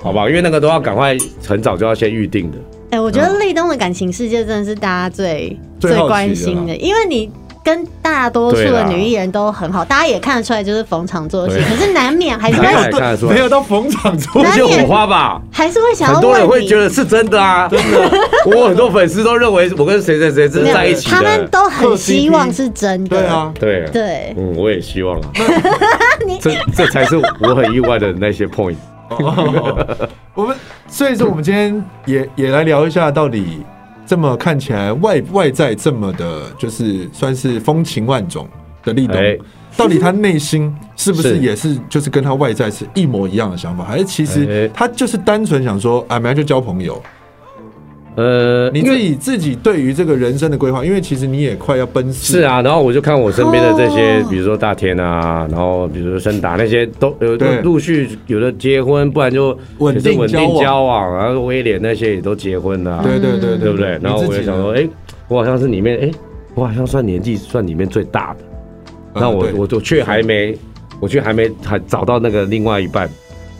C: 好不好？因为那个都要赶快很早就要先预定的。
B: 哎、我觉
C: 嗯
B: 得立冬的感情世界真的是大家最
A: 最好奇的
B: 关心的，因为你。跟大多数
C: 对
B: 的
C: 啦
B: 女艺人都很好，大家也看得出来就是逢场作戏，
C: 对
B: 可是难免还是
C: 看
B: 会
C: 得出来，
A: 没有到逢场作
C: 这
B: 哪
A: 戏
B: 里
C: 就火花吧。
B: 还是会想要
C: 很多人
B: 问
C: 会
B: 你
C: 觉，得是真的啊，真的。 [LAUGHS] 我很多粉丝都认为我跟谁谁谁是
B: 没有
C: 在一起
B: 他们
C: 的。
B: 都很希望是真的。
A: 对，啊，
C: 对，
B: 对，
C: 嗯，我也希望啊。
B: [LAUGHS] 你
C: 这这才是我很意外的那些 point。
A: 哦我们所以说我们今天也也来聊一下，到底这么看起来外外在这么的，就是算是风情万种的立冬
C: 哎，
A: 到底他内心是不是
C: 是
A: 也是就是跟他外在是一模一样的想法，还是其实
C: 哎
A: 他就是单纯想说，啊，没来就交朋友？
C: 呃，
A: 你
C: 因
A: 自
C: 为
A: 己自己对于这个人生的规划，因为其实你也快要奔四，
C: 是，啊，然后我就看我身边的这些
B: 哦，
C: 比如说大天啊，然后比如说森达那些都有
A: 对
C: 陆续有的结婚，不然就
A: 稳定
C: 也是稳
A: 交
C: 定
A: 往
C: 交往，然后威廉那些也都结婚了啊，
A: 对对对
C: 对不对？然后我就想说，，
A: 你自己呢
C: 哎，我好像是里面，哎，我好像算年纪算里面最大的，
A: 嗯
C: 那我
A: 对
C: 我我却还没，我却还没还找到那个另外一半，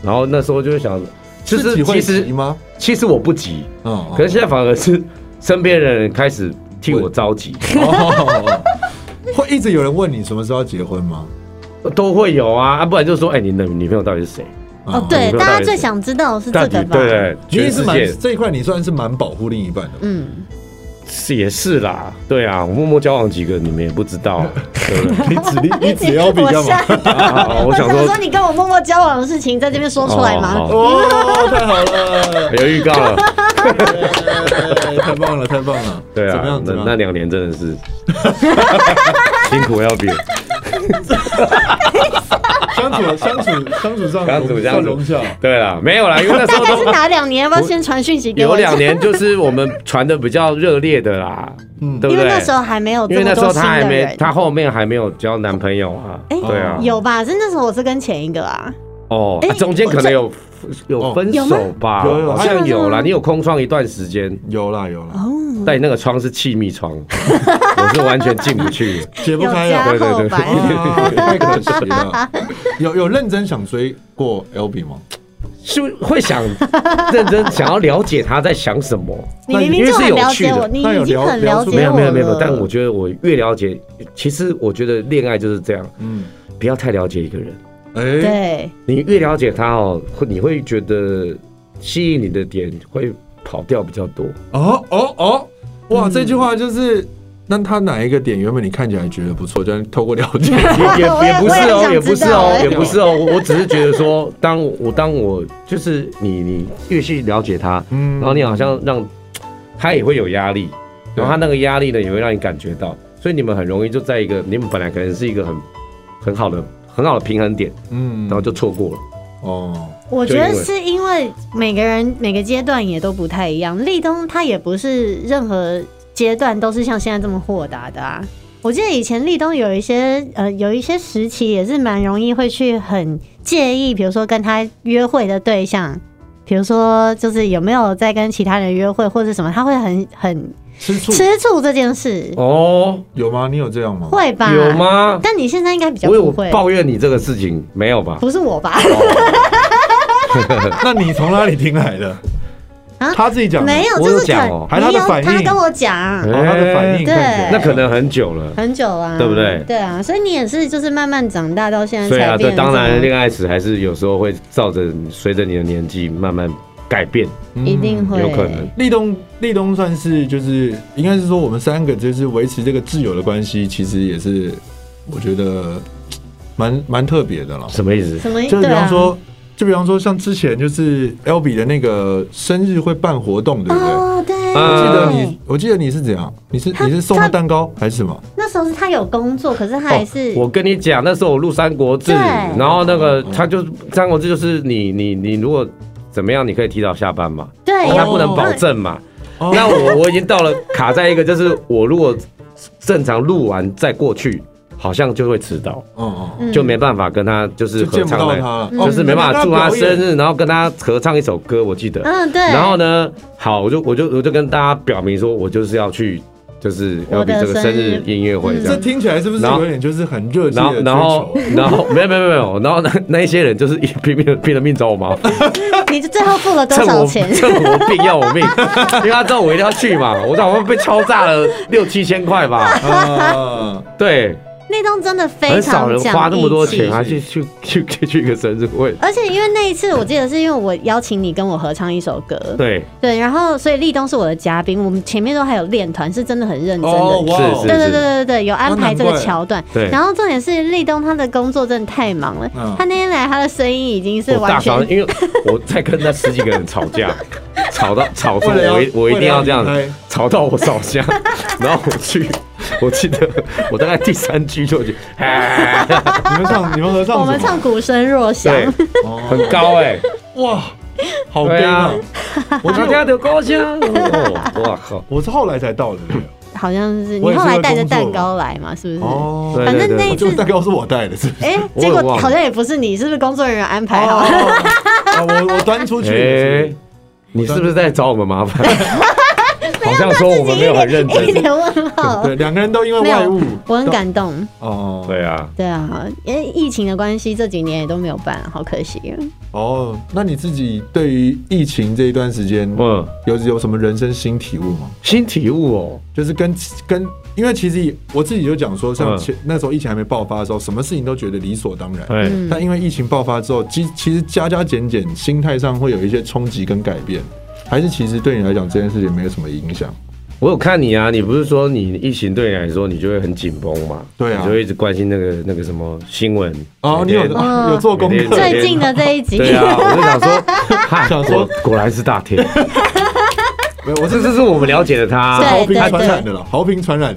C: 然后那时候就想，其
A: 自己
C: 实其
A: 会急
C: 实
A: 吗？
C: 其实我不急，
A: 嗯，
C: 可是现在反而是身边的人开始替我着急，
A: 哦，会一直有人问你什么时候要结婚吗？
C: 都会有啊，啊不然就说，哎、你的女朋友到底是谁？
B: 哦，
C: 啊我
B: 对，
C: 不知道
B: 大家
C: 为什么
B: 最想知道的是这
C: 到底
B: 个吧？
C: 对不对，
A: 啊你也
C: 全
A: 是
C: 世
A: 蛮
C: 界
A: 这一块，你算是蛮保护另一半的。
B: 嗯，
C: 是也是啦，对啊，我默默交往几个，你们也不知
A: [LAUGHS]
C: 道、啊，对不对？
A: 你只你只要比
B: 我
A: 较嘛
B: 吓。
C: 啊啊啊
B: [LAUGHS]
C: 我
B: 我
C: 想
B: 想
C: 说
B: 说，你跟我默默交往的事情，在这边说出来吗？
C: 哦
A: 哦，太好了，
C: 有预
A: [LAUGHS]
C: 告了，
A: 哎太棒了，太棒了。
C: 对
A: 怎么
C: 啊
A: 样？，
C: 那
A: 怎么
C: 那
A: 样？
C: 两年真的是 [LAUGHS] 辛苦要比，
A: 相处相处相处上
C: 相处
A: 上
C: 相
A: 融
C: 处
A: 洽。，
C: 对啦，没有啦，因为那时
B: 大
C: 候
B: 概是
C: 都
B: 哪两年？要不要先传讯息给
C: 有
B: 我？
C: 两年就是我们传的比较热烈的啦，
A: 嗯
C: 对不
B: 因
C: 对？
B: 为那时候还没有
C: 因
B: 哦这
C: 为
B: 么
C: 那时候
B: 多
C: 她
B: 新
C: 还
B: 的
C: 没，
B: 人。
C: 她后面还没有交男朋友啊。
B: 哎
C: 对啊，
B: 有吧？是那时候我是跟前一个啊，
C: 哦，
B: 哎
C: 啊中间可能有有分手吧，
A: 有吗有有
C: 好像有
B: 真的
C: 啦。
B: 吗
C: 你有空窗一段时间，
A: 有啦有
B: 哦
A: 啦，
C: 但你那个窗是气密窗， [LAUGHS] 我是完全进不去的。
A: 解不
B: 有
A: 开啊
B: 加
C: 对对
B: 厚
C: 对
B: 白。
A: 啊，太可惜了。
B: [LAUGHS]
A: 有有认真想追过 L B 吗？
C: 是会想认真想要了解他在想什么。
B: 你明明就很了解我，
C: 那
B: 你
A: 那有
B: 已经
A: 聊
B: 很
A: 聊
B: 了
A: 出
C: 没
B: 解
C: 有
B: 我
C: 没有没有，
B: 了。
C: 但我觉得我越了解，其实我觉得恋爱就是这样，
A: 嗯，
C: 不要太了解一个人，
A: 哎，
B: 对，
C: 你越了解他哦，会你会觉得吸引你的点会跑掉比较多。
A: 哦哦哦，
B: 嗯
A: 哇，这句话就是。那他哪一个点原本你看起来觉得不错，但透过了
B: [LAUGHS]
A: 解，
C: 也 [LAUGHS] 也
B: 我也
C: 也不是
B: 我也
C: 哦，
B: 想
C: 也不
B: 知
C: 是
B: 道
C: 哦，
B: 哎
C: 也不是哦，我我只是觉得说，当我当我就是你你越去了解他，
A: 嗯
C: 然后你好像让他也会有压力，然后他那个压力呢也会让你感觉到，所以你们很容易就在一个你们本来可能是一个很很好的很好的平衡点，
A: 嗯
C: 然后就错过了。
A: 哦，
B: 我觉得是因为每个人每个阶段也都不太一样。立冬他也不是任何阶段都是像现在这么豁达的啊。我记得以前立冬有一些呃有一些时期也是蛮容易会去很介意，比如说跟他约会的对象，比如说就是有没有在跟其他人约会或者什么，他会很很
A: 吃醋
B: 吃醋这件事，
C: 哦，
A: 有吗？你有这样
B: [LAUGHS]
A: 吗？
B: 会吧？
C: 有？吗？
B: 但你现在应该比较
C: 我
B: 不
C: 有
B: 会，
C: 抱怨你这个事情没有吧？ [LAUGHS]
B: 不是我吧？
A: 那你从哪里听来的？
B: 啊
A: 他自己讲的
B: [LAUGHS] 没有，
C: 我
B: 就
C: 有
B: 是
C: 讲
B: 可
C: 哦
A: 还是他的
B: 没有
A: 反应
B: 他跟我讲。
A: 哦，他的反应
B: 对
A: 看起来
C: 那可能很久了。
B: 很久啊，
C: 对不对
B: 对啊，所以你也是就是慢慢长大到现在
C: 对
B: 才
C: 啊，
B: 变成
C: 这当
B: 这
C: 然，
B: 样
C: 恋爱史还是有时候会照着你随着你的年纪慢慢改变，
B: 一定会，
C: 嗯有可能
A: 立冬，立冬算是就是应该是说我们三个就是维持这个挚友的关系，其实也是我觉得蛮蛮特别的啦。
C: 什么意思？
B: 什么？
A: 就比
B: 对啊
A: 方说，就比方说像之前就是 L B 的那个生日会办活动，对不对？
B: 哦，对，
C: 我
A: 记得
B: 对
C: 嗯
A: 你，我记得你是怎样？你是
B: 他
A: 你是送他
B: 他
A: 蛋糕还是什么？
B: 那时候是他有工作，可是他还是、
C: 哦
A: 哦
C: 我跟你讲，那时候我录《三国志
B: 对》，
C: 然后那个
A: 嗯
C: 他就是《三国志》，就是你你你如果怎么样，你可以提早下班嘛，
B: 对，
C: 他
A: 哦
C: 不能保证嘛。
A: 哦
C: 那我我已经到了卡在一个，就是我如果正常录完再过去，好像就会迟到，
A: 嗯嗯，
B: 嗯
C: 就没办法跟他就是
A: 就
C: 合
A: 见不
C: 唱
A: 到
C: 那
A: 他了，
B: 嗯
A: 哦
C: 就是没办法祝他生。
A: 那表演
C: 日，然后跟他合唱一首歌，我记得。
B: 嗯对，
C: 然后呢，好，我就我就我就跟大家表明说，我就是要去，就是要
B: 我
C: 比
B: 的
C: 这个生
B: 生
C: 日
B: 日
C: 音乐会
B: 嗯
C: 这
A: 这
C: 样。
A: 听起来是不是
C: 然后
A: 有点就是很热烈
C: 然后
A: 的追，
C: 然后
A: 求？，
C: 然后，没有，没有，没有，然后那那一些人就是一 [LAUGHS] 拼命拼了命找
B: [LAUGHS]
C: 我麻烦，
B: 你最后付了多
C: 趁
B: 少
C: 我
B: 钱？
C: 趁我病
B: [LAUGHS]
C: 要我命，因为他知道我一定要去嘛，我好像被敲诈了六七千块吧，
A: [LAUGHS] 啊，
C: 对，
B: 那栋真的非
C: 很少
B: 常
C: 人
B: 讲
C: 花那么多
B: 义气
C: 钱，还去去去去去一个生日会，
B: 而且因为那一次，我记得是因为我邀请你跟我合唱一首歌，
C: 对，
B: 对然后所以立冬是我的嘉宾，我们前面都还有练团，是真的很认真的。
A: 哦哇哦，
C: 是
B: 对对对对对，有安排这
A: 哦难
B: 个
A: 怪
B: 桥段。
C: 对
B: 然后重点是立冬他的工作真的太忙了，
A: 嗯
B: 他那天来他的声音已经是
C: 我大
B: 完全
C: 嫂，因为我在跟那十几个人吵架，吵到吵说
A: 为了要
C: 我一我一定要这样
A: 为了要离开，
C: 吵到我烧香，然后我去，我记得我大概第三句就去，哎，
A: 你们唱你们合唱什么，
B: 我们唱鼓声若响，
C: 对，
A: 哦
C: 很高哎、
A: 哇，好
C: 对
A: 悲
C: 啊
A: 啊！
C: 我大家都高香，哦我靠，
A: 我是后来才到的，
C: 嗯
B: 好像是
A: 我
B: 你
A: 也是
B: 后来
A: 为
B: 带着
A: 工作
B: 蛋糕来嘛，是不是？
A: 哦，
C: 对
B: 反正那一
A: 这
B: 次
A: 个蛋糕是我带的，是不
B: [LAUGHS]
A: 是？
B: 哎、
C: 我
B: 结
C: 也
B: 果
C: 忘了
B: 好像也不是你，是不是工作人员安排好？
A: 哦，啊我我端出去
C: 哎、
A: 的是
C: 你是不是在找我们
A: [LAUGHS]
C: 麻烦？好像说我们没有很认
B: 一
C: 真，
B: 脸问号。
A: 对，两个人都因为外物，
B: 我很感动。
A: 哦，
C: 对啊，
B: 对啊，因为疫情的关系，这几年也都没有办，好可惜。
A: 哦，那你自己对于疫情这一段时间，
C: 嗯，
A: 有有什么人生新体悟吗？
C: 新体悟哦，
A: 就是跟跟，因为其实我自己就讲说，像
C: 嗯
A: 前、那时候疫情还没爆发的时候，什么事情都觉得理所当然。
C: 哎、
B: 嗯
A: 但因为疫情爆发之后，其其实加加减减，心态上会有一些冲击跟改变，还是其实对你来讲这件事情没有什么影响。
C: 我有看你啊，你不是说你疫情对你来说你就会很紧绷嘛？
A: 对啊
C: 你就会一直关心那个那个什么新闻。
A: 哦，你
C: 每
A: 有、
C: 天
B: 嗯
A: 有做功
C: 每天
A: 课，
C: 对
B: 最近的这一集，[LAUGHS]
C: 对啊，我就想
A: [LAUGHS]
C: 说，哈
A: 想
C: 果
A: 说
C: 果然是大天，
A: 没有我
C: 这
A: 是
C: 这是我们了解的他。
B: 对
A: 豪平
B: 对
A: 传染的了，豪平传染，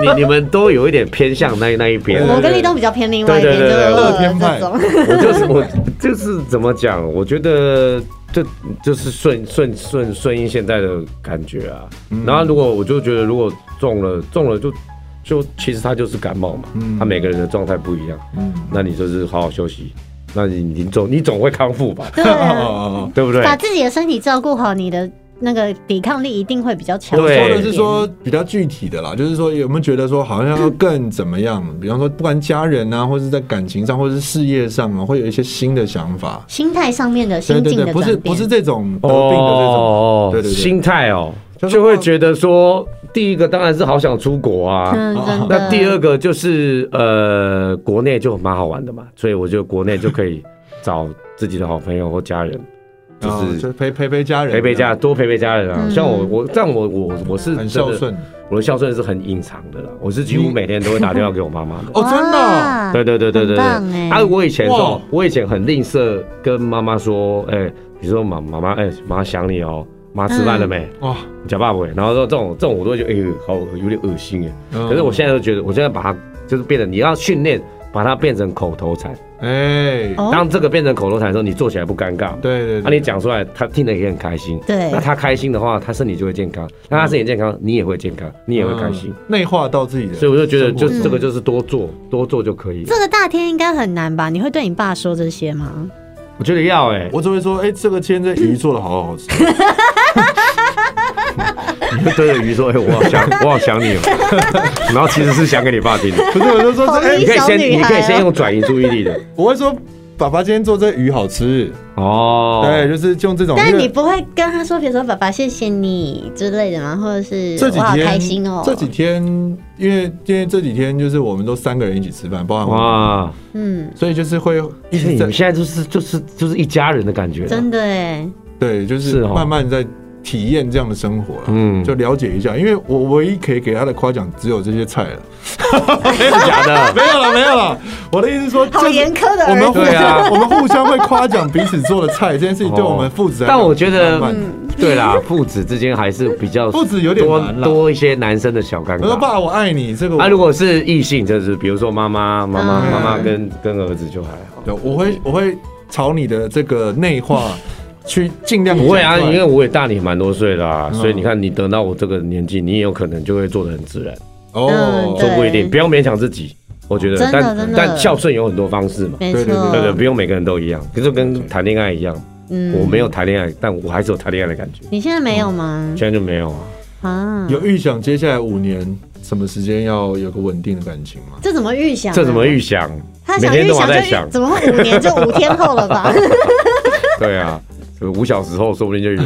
C: 你你们都有一点偏向那那一边。
B: 我跟立东比较偏另外一
C: 对
B: 边，
C: 对对对
B: 就
A: 乐天派
B: 这种。
C: 我就是我就是怎么讲？我觉得这就是顺顺顺顺应现在的感觉啊。
A: 嗯
C: 然后如果我就觉得如果中了中了就就其实他就是感冒嘛，他每个人的状态不一样。
A: 嗯， [LAUGHS]
C: 那你就是好好休息，那你你总你总会康复吧，
B: 对
A: 哦
B: 啊，
A: 哦哦
C: 对不对？
B: 把自己的身体照顾好，你的那个抵抗力一定会比较强。
C: 对
A: 说的是说比较具体的啦，就是说有没有觉得说好像要更怎么样？比方说，不管家人啊，或是在感情上，或是事业上啊，会有一些新的想法。
B: 心态上面的
A: 对
B: 心
A: 对
B: 境的
A: 对，
B: 转变，
A: 不是不是这种得病的这种，
C: 哦
A: 对对对
C: 心态哦，
A: 就是
C: 就会觉得说，第一个当然是好想出
A: [LAUGHS]
C: 国啊。
B: 嗯，真的。
C: 那第二个就是呃，国内就蛮好玩的嘛，所以我觉得国内就可以找自己的好朋友或家人，就
A: 哦
C: 是
A: 就陪陪陪家人，
C: 陪陪家，多陪陪家人啊。
B: 嗯
C: 像我我但我我我是
A: 很
C: 真
A: 孝
C: 的，
A: 顺。
C: 我的孝顺是很隐藏的啦，我是几乎
A: 你
C: 每天都会打电话给我妈妈的。
A: [LAUGHS] 哦，真的哦，
B: 哇
C: 对对对对对对，
B: 很棒哎
C: 啊，我以前
A: 哇
C: 说，我以前很吝啬，跟妈妈说，哎、比如说妈妈妈，哎、妈想你哦，妈吃饭了没？
B: 嗯
A: 哇，
C: 你讲爸爸没？然后这种这种我都会觉得，哎、呦，好有点恶心哎。
A: 嗯
C: 可是我现在就觉得，我现在把它就是变成你要训练，把它变成口头禅。
A: 哎，
B: 哦
C: 当这个变成口头禅的时候，你做起来不尴尬。
A: 对对，对
C: 那、啊你讲出来，他听了也很开心。
B: 对
C: 那他开心的话，他身体就会健康。那他身体健康，你也会健康，你也会开心。，
A: 嗯内化到自己的生活
C: 所以
A: 中，
C: 我就觉得，就这个
B: 嗯
C: 就是多做，多做就可以了
B: 这。个大天应该很难吧？你会对你爸说这些吗？
C: 我觉得要哎、
A: 我只会说，哎，这个今天这鱼做的好好吃，
C: 对着鱼说：“哎、我好想，我好想你哦。”然后其实是想给你爸听的。
A: 不是，我就
B: [LAUGHS]
A: 说
B: 好
A: 这，哎
C: 你可以
B: 小
C: 先，
B: 女
C: 你
B: 孩
C: 可以
B: 哦
C: 先用转移注意力的。
A: 我会说，爸爸今天做这鱼好吃，
C: 哦，
A: 对，，就是用这种，
B: 但
A: 因
B: 是
A: 为
B: 你不会跟他说，比如说“爸爸，谢谢你”之类的吗？或者是
A: 这
B: “
A: 几
B: 我好
A: 天
B: 开心哦”？
A: 这几天因为因为这几天就是我们都三个人一起吃饭，包含我，
C: 哇，
B: 嗯，
A: 所以就是会一
C: 其实
A: 直
C: 你
A: 在
C: 们现在就是就是就是一家人的感觉了。
B: 真的哎，
A: 对，就是
C: 是哦
A: 慢慢在体验这样的生活了，
C: 嗯，
A: 就了解一下。因为我唯一可以给他的夸奖只有这些菜了，
C: 真的假的？
A: 没有
B: [LAUGHS]
A: 了，没有了。我的意思是说，
B: 好
A: 就是
B: 严苛的
A: 我们
B: 儿
A: 互
B: 子
C: 对啊
A: 相，我们互相会夸奖彼此做的菜这件事情，对我们父子来讲
C: 但
A: 是浪漫的，
C: 我觉得，
B: 嗯
C: 对啦， [LAUGHS] 父子之间还是比较
A: 父子有点
C: 多
A: 难啦
C: 多一些男生的小尴
A: 我说
C: 尬。
A: 爸，我爱你，这个我
C: 嗯啊，如果是异性，就是比如说妈妈、妈妈、
B: 嗯
C: 妈妈跟跟儿子就还好。
A: 对，我会我会朝你的这个内化
C: [LAUGHS]
A: 去尽量
C: 不会啊，
A: 讲出
C: 因
A: 来
C: 为我也大你蛮多岁啦、
A: 嗯
C: 所以你看你等到我这个年纪，你也有可能就会做的很自然，
A: 哦
B: 嗯，
C: 说
B: 对
C: 不一定，不要勉强自己。我觉得
B: 真，的真的
C: 但但孝顺有很多方式嘛，
B: 没
A: 对对
B: 错，
C: 对对，不用每个人都一样，就跟谈恋爱一样，
B: 嗯
C: 我没有谈恋爱，但我还是有谈恋爱的感觉。
B: 你现在没有吗？
C: 现在就没有啊，
B: 啊，
A: 有预想接下来五年什么时间要有个稳定的感情吗？
B: 这怎么预想啊？
C: 这怎么预想？
B: 他
C: 每
B: 想
C: 天
B: 预
C: 都还
B: 想就
C: 在
B: 哎
C: 想
B: 预，怎么会五年就五天后了 [LAUGHS] 吧？
C: [LAUGHS] 对啊，五小时后说不定
B: [LAUGHS]
C: 就有。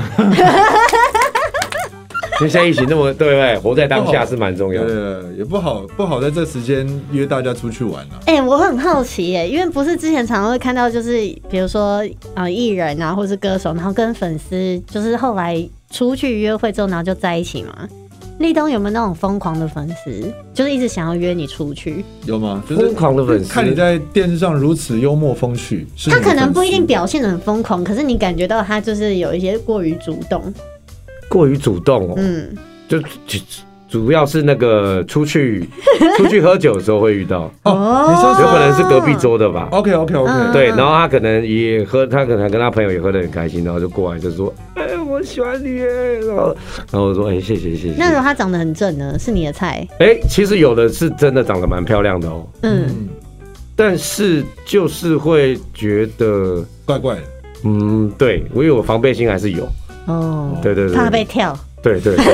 C: 因为现在疫情那么对不对？活在当下是蛮重要的。
A: 呃，也不好不好在这时间约大家出去玩啊。
B: 哎、我很好奇耶，因为不是之前常常会看到，就是比如说啊艺、人啊，或是歌手，然后跟粉丝就是后来出去约会之后，然后就在一起嘛。立冬有没有那种疯狂的粉丝，就是一直想要约你出去？
A: 有吗？就是
C: 疯狂的粉丝，
A: 看你在电视上如此幽默风趣，是你
B: 他
A: 的
B: 可能不一定
A: 粉丝
B: 表现的很疯狂，可是你感觉到他就是有一些过于主动。
C: 过于主动哦。
B: 嗯，
C: 就主主要是那个
B: [LAUGHS]
C: 出去出去喝酒的时候会遇到，
A: 哦，你说
C: 有
A: 是
C: 可能是隔壁桌的吧。
A: OK OK OK，、
B: 嗯
C: 对，然后他可能也喝，他可能跟他朋友也喝得很开心，然后就过来就说：“哎、我喜欢你耶。”然后，然后我说：“哎、谢谢谢谢。
B: 那如”果他长得很正呢，是你的菜。
C: 哎、其实有的是真的长得蛮漂亮的哦，
B: 嗯，
A: 嗯，
C: 但是就是会觉得，
A: 怪怪的，
C: 嗯，对我有防备心还是有，
B: 哦，
C: 对对对
B: 怕被跳。
C: 对对对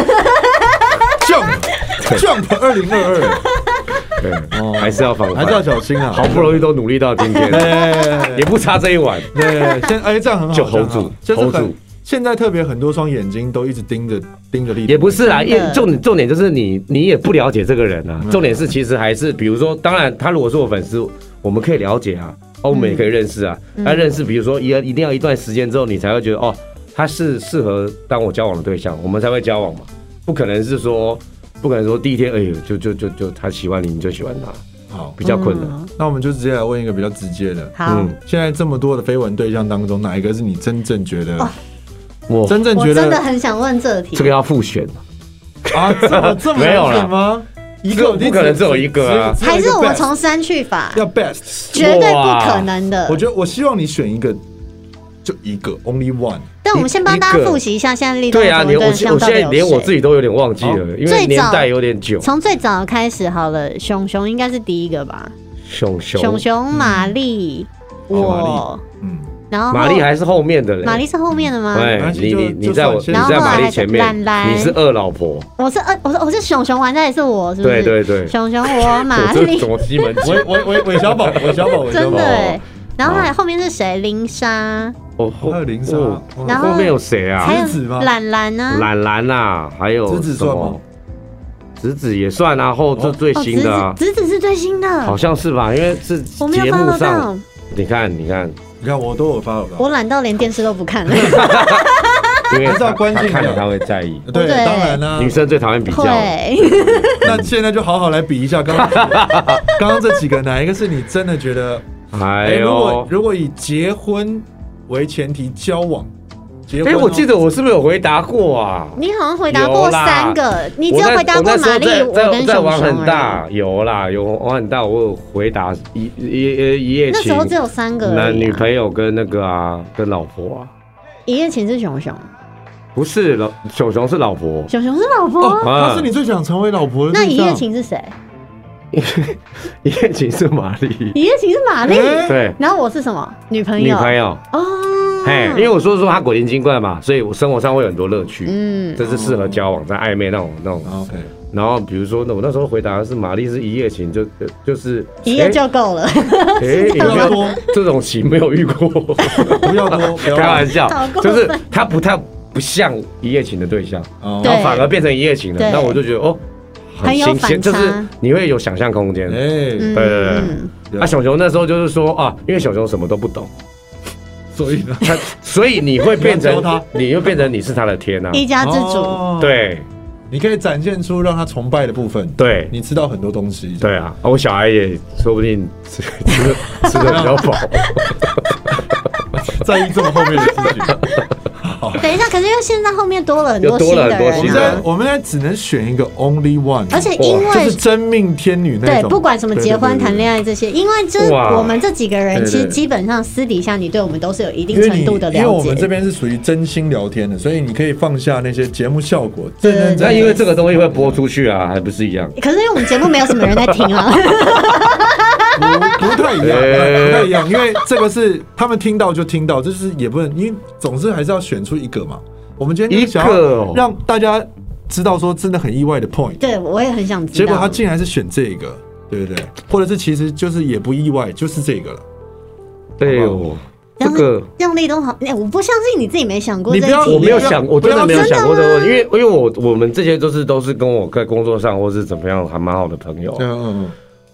A: Jump Jump 二零二二，
C: 对，
A: 哦
C: [LAUGHS] 还是要防
A: 还是要
C: 范。
A: 小心啊！
C: 好不容易都努力到今天，
A: 哎，
C: 也不差这一碗。
A: 对，现哎这样很好，
C: 就 hold 住
A: 这样很好就是
C: hold
A: 很
C: 住
A: 现在特别很多双眼睛都一直盯着盯着立冬，
C: 也不是啦，
B: 真的
C: 因为重重点就是你你也不了解这个人啊。重点是其实还是比如说，当然他如果是我粉丝，我们可以了解啊，哦，我们也可以认识啊。
B: 嗯
C: 他认识，比如说一一定要一段时间之后，你才会觉得哦，他是适合当我交往的对象，我们才会交往嘛。不可能是说，不可能说第一天，哎呦，就就就就他喜欢你，你就喜欢他，
A: 好。
C: 比较困难。
B: 嗯
A: 那我们就直接来问一个比较直接的，
B: 好，
C: 嗯
A: 现在这么多的绯闻对象当中，哪一个是你真正觉得、
B: 哦
C: 我
A: 真正
B: 我
A: 觉
B: 真的
A: 得
B: 很想问这题。
C: 这个要复选，
A: 啊？这么这
C: [LAUGHS]
A: 么
C: 没有啦
A: 了吗？一个
C: 不可能只有一个啊
A: 只有
B: 还
A: 只有
B: 是
A: 一个
B: 我
A: best，
B: 从删去法，
A: 要 best。
B: 绝对不可能的
A: 我。觉得我希望你选一个，就一个 only one。
B: 但我们先帮大家复习一下现在立冬
C: 对
B: 有
C: 啊，
B: 什么
C: 连
B: 对
C: 我我
B: 象
C: 现
B: 到底
C: 在
B: 有
C: 连我自
B: 谁？哦
C: 己都有点忘记了，因
B: 最
C: 为
B: 早
C: 年代有点久。
B: 从最早开始好了，熊熊应该是第一个吧？
C: 熊熊
B: 熊熊、玛丽、
C: 哦
B: 我，
A: 嗯，
B: 然后
C: 玛丽还是后面的嘞，
B: 玛丽是后面的吗？
A: 没
C: 对
A: 关，系
C: 你
A: 就
C: 你你
A: 就
C: 在我你
A: 算
C: 在
B: 先
C: 玛
B: 然后后来
C: 丽
B: 还
C: 前
B: 是
C: 面
B: 兰，兰
C: 你是二老婆，
B: 我是呃二，我是我是熊熊玩家也是我，是不
C: 对
B: 是？
C: 对对，
B: 熊熊我玛
C: 我这
B: 丽
C: [LAUGHS] 什，么
A: [LAUGHS]
C: 西门庆？
A: 韦韦韦韦小宝， [LAUGHS] 韦小宝，韦小
B: 真
A: 宝
B: 的。
C: 哦
B: 哎。然后还后面是谁？林莎，
C: 哦，后
A: 还有林莎
C: 哦
A: 哦
B: 然后
C: 后面有谁啊
B: 还？有
A: 栀子吗
B: 懒懒呢？
C: 兰兰呐，还有
A: 栀子
C: 什
A: 算
C: 么
A: 吗？
C: 子子也算啊，后这
A: 哦
C: 最
B: 哦，
C: 新的啊，
B: 子子子子是最新
C: 好
B: 的，
C: 像是吧？因为是
B: 我没有
C: 节目
B: follow
C: 上，
B: 到，
C: 你看你看，
A: 你看我都有发了吧？
B: 我懒到连电视都不看了。
C: 因
A: [LAUGHS]
C: 为
A: 按照
C: 他
A: 关嗯
C: 他
A: 键
C: 看
A: 的
C: 了他会在意，
A: 对，
B: 对
A: 当然啦、
C: 女生最讨厌 [LAUGHS] 比较了，
B: 会，
A: [LAUGHS] 那现在就好好来比一下，刚
C: [LAUGHS]
A: 刚刚刚这几个，哪一个是你真的觉得？
C: 哎
A: 哎、如
C: 呦
A: 果。如果以结婚为前提交往，结婚、
C: 哎，
A: 哦，
C: 我记得我是不是有回答过啊？
B: 你好像回答过三个，你只
C: 我
B: 有
C: 在
B: 回答过玛丽，
C: 我
B: 我
C: 那时候在
B: 跟
C: 在在
B: 熊
C: 玩
B: 熊
C: 很
B: 而已。
C: 大，有啦，有玩很大，我有回答一一一一夜
B: 那时
C: 情
B: 候，只有三个而
C: 男
B: 已
C: 女
B: 啊。
C: 朋友跟那个啊，跟老婆啊，
B: 一夜情是熊熊，
C: 不是老熊熊是老婆，啊
B: 熊熊是老
A: 哦，
B: 婆。
C: 嗯
A: 她是你最想成为老婆的
B: 那
A: 对
B: 一
A: 象
B: 夜，情是谁？
C: 一夜情是玛丽，
B: 一夜情是玛丽，
A: 哎
C: 对，
B: 然后我是什么？女朋
C: 女
B: 友。
C: 朋友，
B: 哦，
C: 嘿，因为我说说他鬼灵精怪嘛，所以我生活上会有很多乐趣。
B: 嗯，
C: 这是适合交往，在暧昧那种那种，
A: 啊
C: [LAUGHS]
A: OK，
C: 然后比如说，那我那时候回答的是玛丽是一夜情，就就就是
B: 一夜就够了，
C: 哎，哎有
A: 不
C: 没
A: 要
C: 有
A: 多，
C: 这种情没有
B: [LAUGHS]
C: 遇过？
A: 不要多，不要
C: 开玩
A: 多。
C: 笑
B: 好，过分
C: 就是他不太不像一夜情的对象，
A: 哦
B: 对
C: 然后反而变成一夜情了
B: 对。
C: 那我就觉得哦，
B: 很有
C: 新鲜，
B: 反差
C: 就是你会有想象空间。
A: 哎，
B: 嗯
C: 对对对
B: 嗯
A: 对
C: 啊啊，小熊那时候就是说啊，因为小熊什么都不懂，
A: 所以呢，
C: 他所以 [LAUGHS] 你会变
A: 你要
C: 成
A: 教他
C: 你又变成你是他的天啊，
B: 嗯一家之主。
A: 哦，
C: 对
A: 你可以展现出让他崇拜的部分，
C: 对
A: 你知道很多东西，
C: 对啊，啊我小孩也说不定吃 [LAUGHS] 吃的吃的比较饱，
A: 在意这么后面的事
C: [LAUGHS]
A: 情。
B: 等一下，可是因为现在后面多了很多
C: 又多了
B: 的
C: 很多
A: 我
C: 新
A: 们现
B: 人
C: 的
B: 啊，
A: 在我们现在只能选一个 only one，
B: 而且因
A: 哇就是
B: 为。
A: 真命天女那
B: 对，
A: 种，
B: 不管什么结婚、谈恋爱这些，因为就是
C: 哇
B: 我们这几个人，
C: 对对
B: 其实
C: 对
B: 基本上私底下你对我们都是有一定
A: 因为你
B: 程度的
A: 因为
B: 了
A: 我们这
B: 解。
A: 边是属于真心聊天的，所以你可以放下那些节目效果。
B: 对对
A: 真
B: 对
C: [LAUGHS] 那
A: 的
C: 因为这个东西会播出去啊，还不是一样？
B: 可是因为我们节目没有什么人在听啊， [LAUGHS]
A: 不不太一
C: [LAUGHS]
A: 样，
C: 哎
A: 不太一样，因为这个是他们听到就听到，就是也不能，因为总是还是要选出一个嘛。我们今天就想
C: 一个
A: 要
C: 哦
A: 让大家知道说真的很意外的 point，
B: 对我也很想知
A: 结果他
B: 道。
A: 竟然是选这个，对不对？或者是其实就是也不意外，就是这个了。
C: 哎呦，这个
B: 让立东好，哎、我不相信你自己没想过
A: 你
B: 这
A: 不
B: 一
A: 要
B: 题。
C: 我没有
A: 不要
C: 想，我
A: 不
C: 真
A: 要
C: 的没有想过这
B: 真的吗
C: 个问题，因为因为我我们这些都是都是跟我在工作上或是怎么样还蛮好的朋友，
A: 嗯嗯嗯。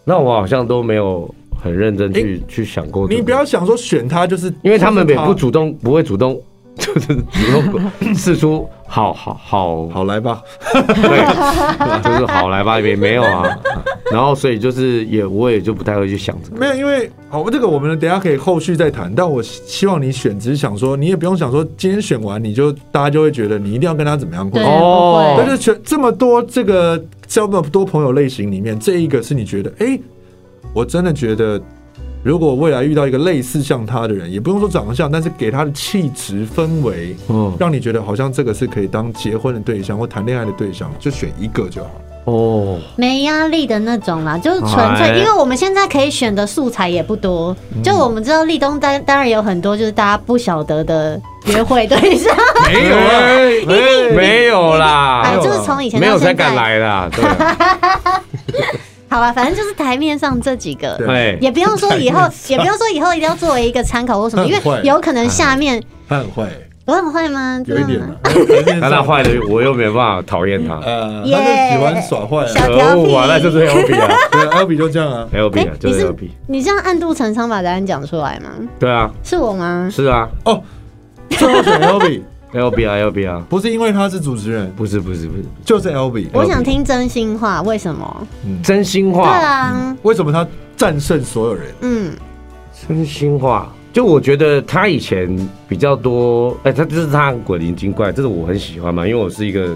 C: 那我好像都没有很认真去去想过这个。
A: 你不要想说选他就是，
C: 因为他们也
A: 就是
C: 不主动，不会主动，就是 [LAUGHS] 主动试出好好
A: [LAUGHS]
C: 好
A: 好来吧，
C: 对，就是好来吧，也没有啊。然后所以就是也我也就不太会去想这
A: 没
C: 个。
A: 有，因为好，这个我们等一下可以后续再谈。但我希望你选，只是想说，你也不用想说，今天选完你就大家就会觉得你一定要跟他怎么样，或
B: 对，
A: 者
B: 不会
C: 哦
A: 但是全这么多这个这么多朋友类型里面，这一个是你觉得，哎、我真的觉得，如果未来遇到一个类似像他的人，也不用说长得像，但是给他的气质氛围，
C: 嗯
A: 让你觉得好像这个是可以当结婚的对象或谈恋爱的对象，就选一个就好。
C: 哦，
B: 没压力的那种啦，就是纯
C: 哎
B: 粹，因为我们现在可以选的素材也不多。就我们知道立冬当当然有很多就是大家不晓得的约会对象，
C: 没
A: 有啊
C: 有没有
B: 哎，
C: 啦，
B: 就是从以前
C: 没有
B: 到
C: 才
B: 现
C: 敢
B: 在，
C: 来啦。对，啊
B: 好吧，反正就是台面上这几个。
A: 对
C: 哎，
B: 也不用说以
A: 台
B: 后
A: 面，上
B: 也不用说以后一定要作为一个参考或什么，因
A: [LAUGHS] 很坏
B: 为有可能下面
A: 他很坏，
B: 我很坏吗？
A: 有一点
B: 真的吗
A: [LAUGHS] 啊，
C: [LAUGHS]
A: 但
C: 但他坏的我又没办法讨
B: [LAUGHS]
C: 厌他。
A: 呃，他就
B: 耶
A: 喜欢耍坏
B: 小
A: 啊。
C: 可恶啊，那就是 L
B: [LAUGHS]
C: B 啊
A: 对，L B 就这样啊。
C: ，L B 啊
B: 哎，
C: 就是 L
B: 你
C: B。
B: 你这样暗度陈仓把答案讲出来吗？
C: 对啊，
B: 是我吗？
C: 是啊
A: 哦，最后选 L B， [LAUGHS]
C: ，L B 啊，L B 啊，
A: 不是因为他是主持人，
C: 不是不是不是，
A: 就是 L B。
B: 我想听真心话，为什么？
C: 真心
B: 对
C: 话。
B: 啊，
A: 为什么他战胜所有人？
B: 嗯，
C: 真心话，就我觉得他以前比较多，哎、他就是他很鬼灵精怪，这是我很喜欢嘛，因为我是一个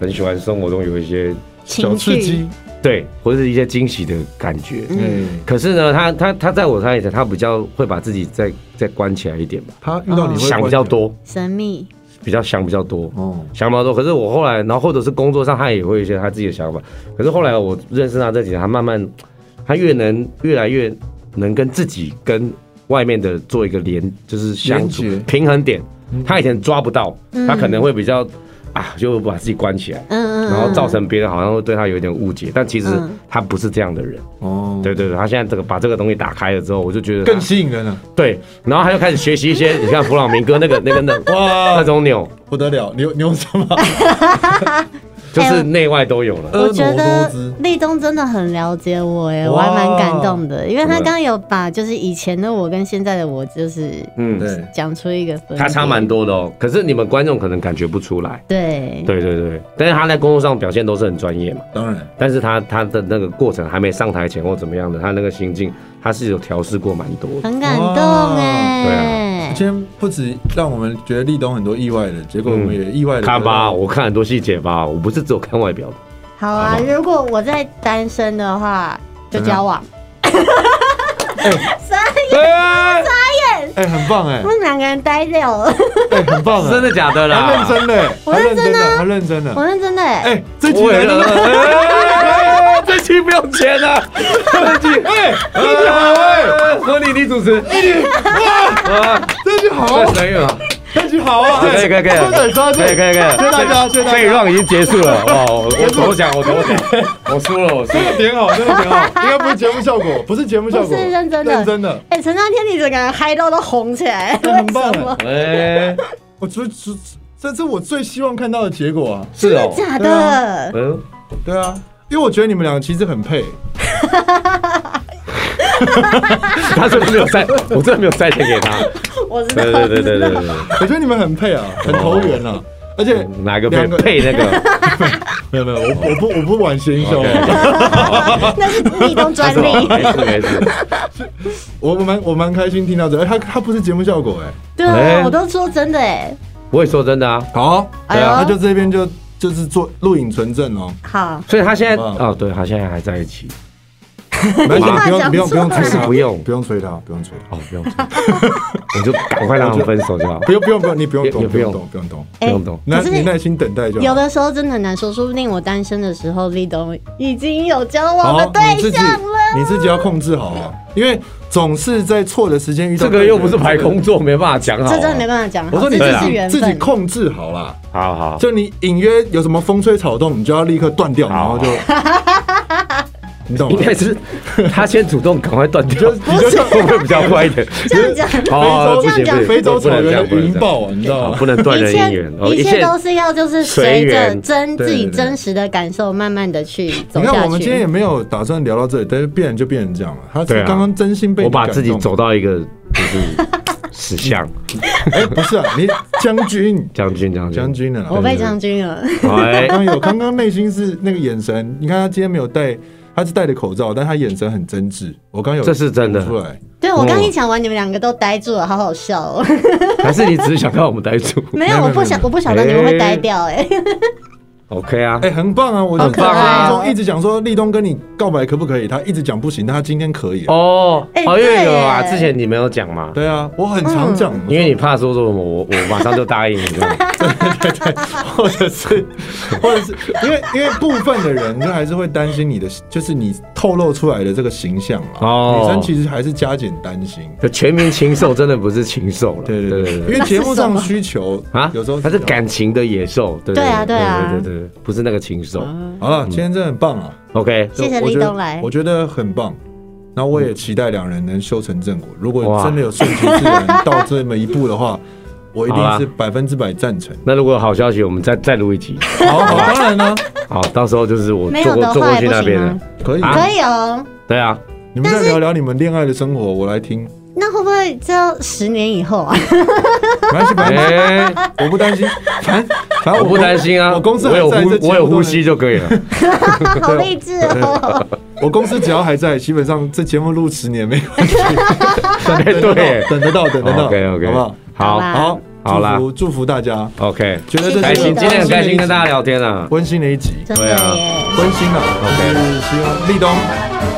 C: 很喜欢生活中有一些
A: 小
B: 情
A: 刺
B: 趣，
A: 激，
C: 对或者是一些惊喜的感觉。
A: 嗯，
C: 可是呢，他他他在我看以前，他比较会把自己再再关起来一点吧，
A: 他遇到
B: 哦嗯
A: 你会
C: 想比较多，
B: 神秘，
C: 比较想比较多。
A: 哦，
C: 想比较多，可是我后来，然后或者是工作上，他也会有一些他自己的想法。可是后来我认识他这几年，他慢慢，他越能越来越能跟自己跟外面的做一个连，就是相处
A: 连结
C: 平衡点。他以前抓不到，
B: 嗯
C: 他可能会比较啊，就把自己关起来，
B: 嗯嗯，
C: 然后
B: 嗯
C: 造成别人好像会对他有一点误解，但其实
B: 嗯
C: 他不是这样的人。
A: 哦，
C: 对对对，他现在这个把这个东西打开了之后，我就觉得他
A: 更吸引人啊了，
C: 对，然后他就开始学习一些，你看弗朗明哥那个那个那那
A: 哇，
C: 种扭，
A: 不得了，牛牛什么？
C: 就
B: 哎
C: 是
B: 我
C: 内外都有了。
B: [LAUGHS] 我
A: 婀
B: 觉
A: 娜多
B: 得
A: 姿，
B: 立冬真的很了解我耶，
A: 哇
B: 我还蛮感动的，因为他
C: 真
B: 刚
C: 的
B: 刚有把就是以前的我跟现在的我就是
C: 嗯
A: 对，
B: 讲出一个分别，
C: 他差蛮多的哦。可是你们观众可能感觉不出来。
B: 对，
C: 对对对，但是他在工作上表现都是很专业嘛。
A: 当然，
C: 但是他他的那个过程还没上台前或怎么样的，他那个心境他是有调试过蛮多的。
B: 很感动
A: 哇啊
B: 哎，
A: 今天不止让我们觉得立冬很多意外的，结果我们也意外的
C: 看吧，，我看很多细节吧，我不是只有看外表的。
B: 好啊，如果我在单身的话，就交往。
A: 嗯
C: 哎
A: 哎，很棒哎
B: 我，们两个人待久了，
A: 哎， [LAUGHS] 很棒哎，
C: 真的假
A: 他
C: 的
A: 认
C: 啦？
A: 真的，他认真的，他认真
B: 我
A: 的，
B: 认真的哎，
A: 哎，这集
C: 我也
A: 来
C: 认
A: 了， [LAUGHS]
C: 真。
B: [LAUGHS]
C: 哎这期不用钱啊！这期哎，哎合理你主持，啊，
A: 这集好啊，
C: 可以吗？
A: 这集好啊，
C: 可以可以可以
A: 真的抓住
C: 可以可以可以，
A: 谢谢大家谢谢大家
C: 这一 round 已经结束了，哦，我我投降，我投
A: [LAUGHS]
C: 降，我输了，我输
A: 这个
C: 了。
A: 点好，这个点好，应该不是节目效果，不是节目效果，
B: 不是认真的
A: 认真的，
B: 哎，陈上天，你整个人嗨到都红起来，
A: 真的很棒欸
B: 为什么？
C: 哎，
A: 我这这这是我最希望看到的结果啊！
C: 是
A: [LAUGHS]
C: 哦，
B: 假
A: 对
B: 的
A: 啊，
C: 嗯，
A: 对啊，因为我觉得你们两个其实很配，啊
C: 他真的没有塞，我真的没有塞钱给他，
B: 我知道，
C: 对对对对对
B: 我知道
C: 对
A: 我觉得你们很配啊，很投缘啊，而且
C: 对，哪个配
A: 两个
C: 配那个？
A: 没有没有，我我不我不玩先秀，
B: [LAUGHS] 那是立冬专
A: [LAUGHS]
C: 是吗
B: 利，
C: 没事没事，
A: 我我蛮我蛮开心听到这，哎，他他不是节目效果哎，
B: 对啊，
C: 哎
B: 我都说真的哎，
C: 我也说真的啊。
A: 好，
B: 哎
C: 对啊
A: 那
B: 呦
A: 就，这边就就是做录影存证哦，
B: 好，
C: 所以他现在
A: 好不
C: 哦，对他现在还在一起，
A: 没关系，不用
B: 讲
A: 不用不用
B: 出
A: 催
B: 来
A: 他，
C: 不用
A: 不用催他，不用催他，
C: 哦，
B: [LAUGHS]
C: 不用，我就赶快让他们分手就好，
A: 不用不用不用，你不用
C: 也
A: 懂
C: 也
A: 不
C: 不
A: 用
C: 用
A: 懂不用懂，
C: 不用懂。
A: 那
B: 哎可是
A: 你耐心等待就
B: 有
A: 好。
B: 的时候真的很难说，说不定我单身的时候，立冬已经有交往的
A: 好，哦你
B: 对
A: 自己
B: 象了。
A: 你自己要控制好啊，因为总是在错的时间遇到
C: 这
A: 对的
C: 个
A: 人。
C: 又不是排工作，没办法讲好啊。
B: 这真的没办法讲，
A: 我说你
B: 这
A: 自
B: 就是
C: 对
A: 己
B: 缘
A: 自己
B: 分。
A: 控制好啦，
C: 好好，
A: 就你隐约有什么风吹草动，你就要立刻断掉，然后就，你懂
C: 应
A: 吗？
C: 该是他先主动，赶快断掉，
A: 你就你就像
C: 会不会比较快
B: [LAUGHS]
C: 一点？
B: 这样讲，
C: 哦，不行不行，
A: 非洲草
C: 不能
A: 原
C: 这
A: 的
C: 样，不能
A: 云
C: 这样，
A: 豹啊，你知道
C: 哦
A: 吗？
C: 不能断人姻缘，哦
B: 一切一切都是要就是随
C: 随
B: 着
C: 缘
B: 真
A: 对
B: 自己
A: 对对
B: 真实的感受，慢慢的去走
A: 你看，
B: 下
A: 我们今天也
B: 去。
A: 没有打算聊到这里，但是变人就变成这样了。他
C: 对
A: 是
C: 啊
A: 刚刚真心被
C: 我
A: 你感
C: 把
A: 动
C: 自己走，到一个就是
B: [LAUGHS]
C: 死相，
A: 哎，不是啊，你将军，啊
C: 将军将
A: 将
C: 军，
A: 军了啦。
B: 我被
C: 对对对
B: 将军了，
A: 嗯
C: 哎，
A: 刚刚有，刚刚内心是那个眼神，你看他今天没有戴，他是戴着口罩，但他眼神很真挚。我刚有
C: 这是真的
A: 读出来，
B: 对我刚一讲完，你们两个都呆住了，好好笑哦。 [LAUGHS]
C: 还是你只是想看我们呆住
A: 没
B: 没
A: 有
B: 有，我不
A: 没有
B: 想，
A: 没有
B: 我不晓得你们会
C: 哎
B: 呆掉，哎，
C: ？OK 啊
A: 哎，，很棒啊！我就
C: 很棒啊
A: 从一直讲说立冬跟你告白可不可以，他一直讲不行，但他今天可以了。
C: 哦，
B: 哎
C: 好，因为有啊，
B: 对耶
C: 之前你没有讲嘛，
A: 对啊，我很常讲，
B: 嗯
C: 因为你怕说什么，我我马上就答应你，这
B: [LAUGHS]
C: 样
A: [LAUGHS] 或者是，或者是因为因为部分的人就还是会担心你的，就是你透露出来的这个形象啦。
C: 哦
A: 女生其实还是加减担心。
C: 就全民禽兽真的不是禽兽了，
A: 对对对，
C: 对
A: 因为节目
B: 那是什
A: 上
B: 么
A: 需求
C: 啊，
A: 有时候
C: 它是感情的野兽，对
B: 对啊对
C: 对
B: 啊
C: 对对对，不是那个禽兽。
A: 好了，今天真的很棒啊！
C: OK，
B: 谢谢
A: 我
B: 立
A: 觉得
B: 冬来
A: 我觉得很棒。那我也期待两人能修成正果。如果
C: 哇
A: 真的有顺其自然到这么一步的 [LAUGHS] 话，我一
C: 好啊
A: 定是百分之百赞成。
C: 那如果有好消息，我们再再录一集。
A: 好，好当然啦，
C: 好，到时候就是我
B: 没
C: 坐
B: 有
C: 过
B: 的
C: 坐过
B: 话
C: 去
B: 也不
C: 那
B: 行
C: 边
B: 吗
C: 了。？
A: 可以
C: 啊
A: 吗。
B: 可以哦。[LAUGHS]
C: 对啊，
A: 你们再聊聊你们恋爱的生活，我来听。
B: 那会不会这要十年以
C: [LAUGHS]
B: 后啊？
A: 没关系，没关系。
C: 哎，
A: 我不担
B: [LAUGHS]
A: 心，反反正
C: 我不担心啊，
A: 我公司
C: 我
A: 还
C: 有
A: 在这节目
C: 呼
A: 都
C: 我有
A: 能
C: 呼吸就可
A: [LAUGHS]
C: 以了。
B: 好励志
C: [LAUGHS]
B: 哦！
A: 我公司只要还在，基本上这节目录十年没有问题，
C: 哎对
A: 等得到，等得到，
C: ，OK OK，
A: 好不好？
B: 好啦
C: 好
A: 好，
C: 好啦
A: 祝福祝福大家，
C: ，OK，
A: 觉得这
C: 开
A: 是
C: 心，
A: 一个
C: 今天很开心跟大家
A: 温馨的一集温馨的一集，
B: 真
C: 聊天啊。
B: 的
C: 对啊
B: 耶。
A: 温馨了，OK，就是希望立冬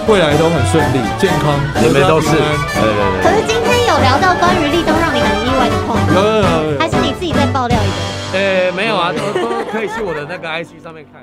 A: 未来都很顺利，健康，
C: 你们都是，
A: 阖
C: 对
A: 家平安
C: 对对
B: 可是今天有聊到关于立冬让你很意外的碰
A: 有
B: 面，
A: 有
C: [LAUGHS]
A: 有有有
B: 还。是你自己再爆料一个？
C: 对，呃，没有啊，都都可以去我的那个 IG 上面看。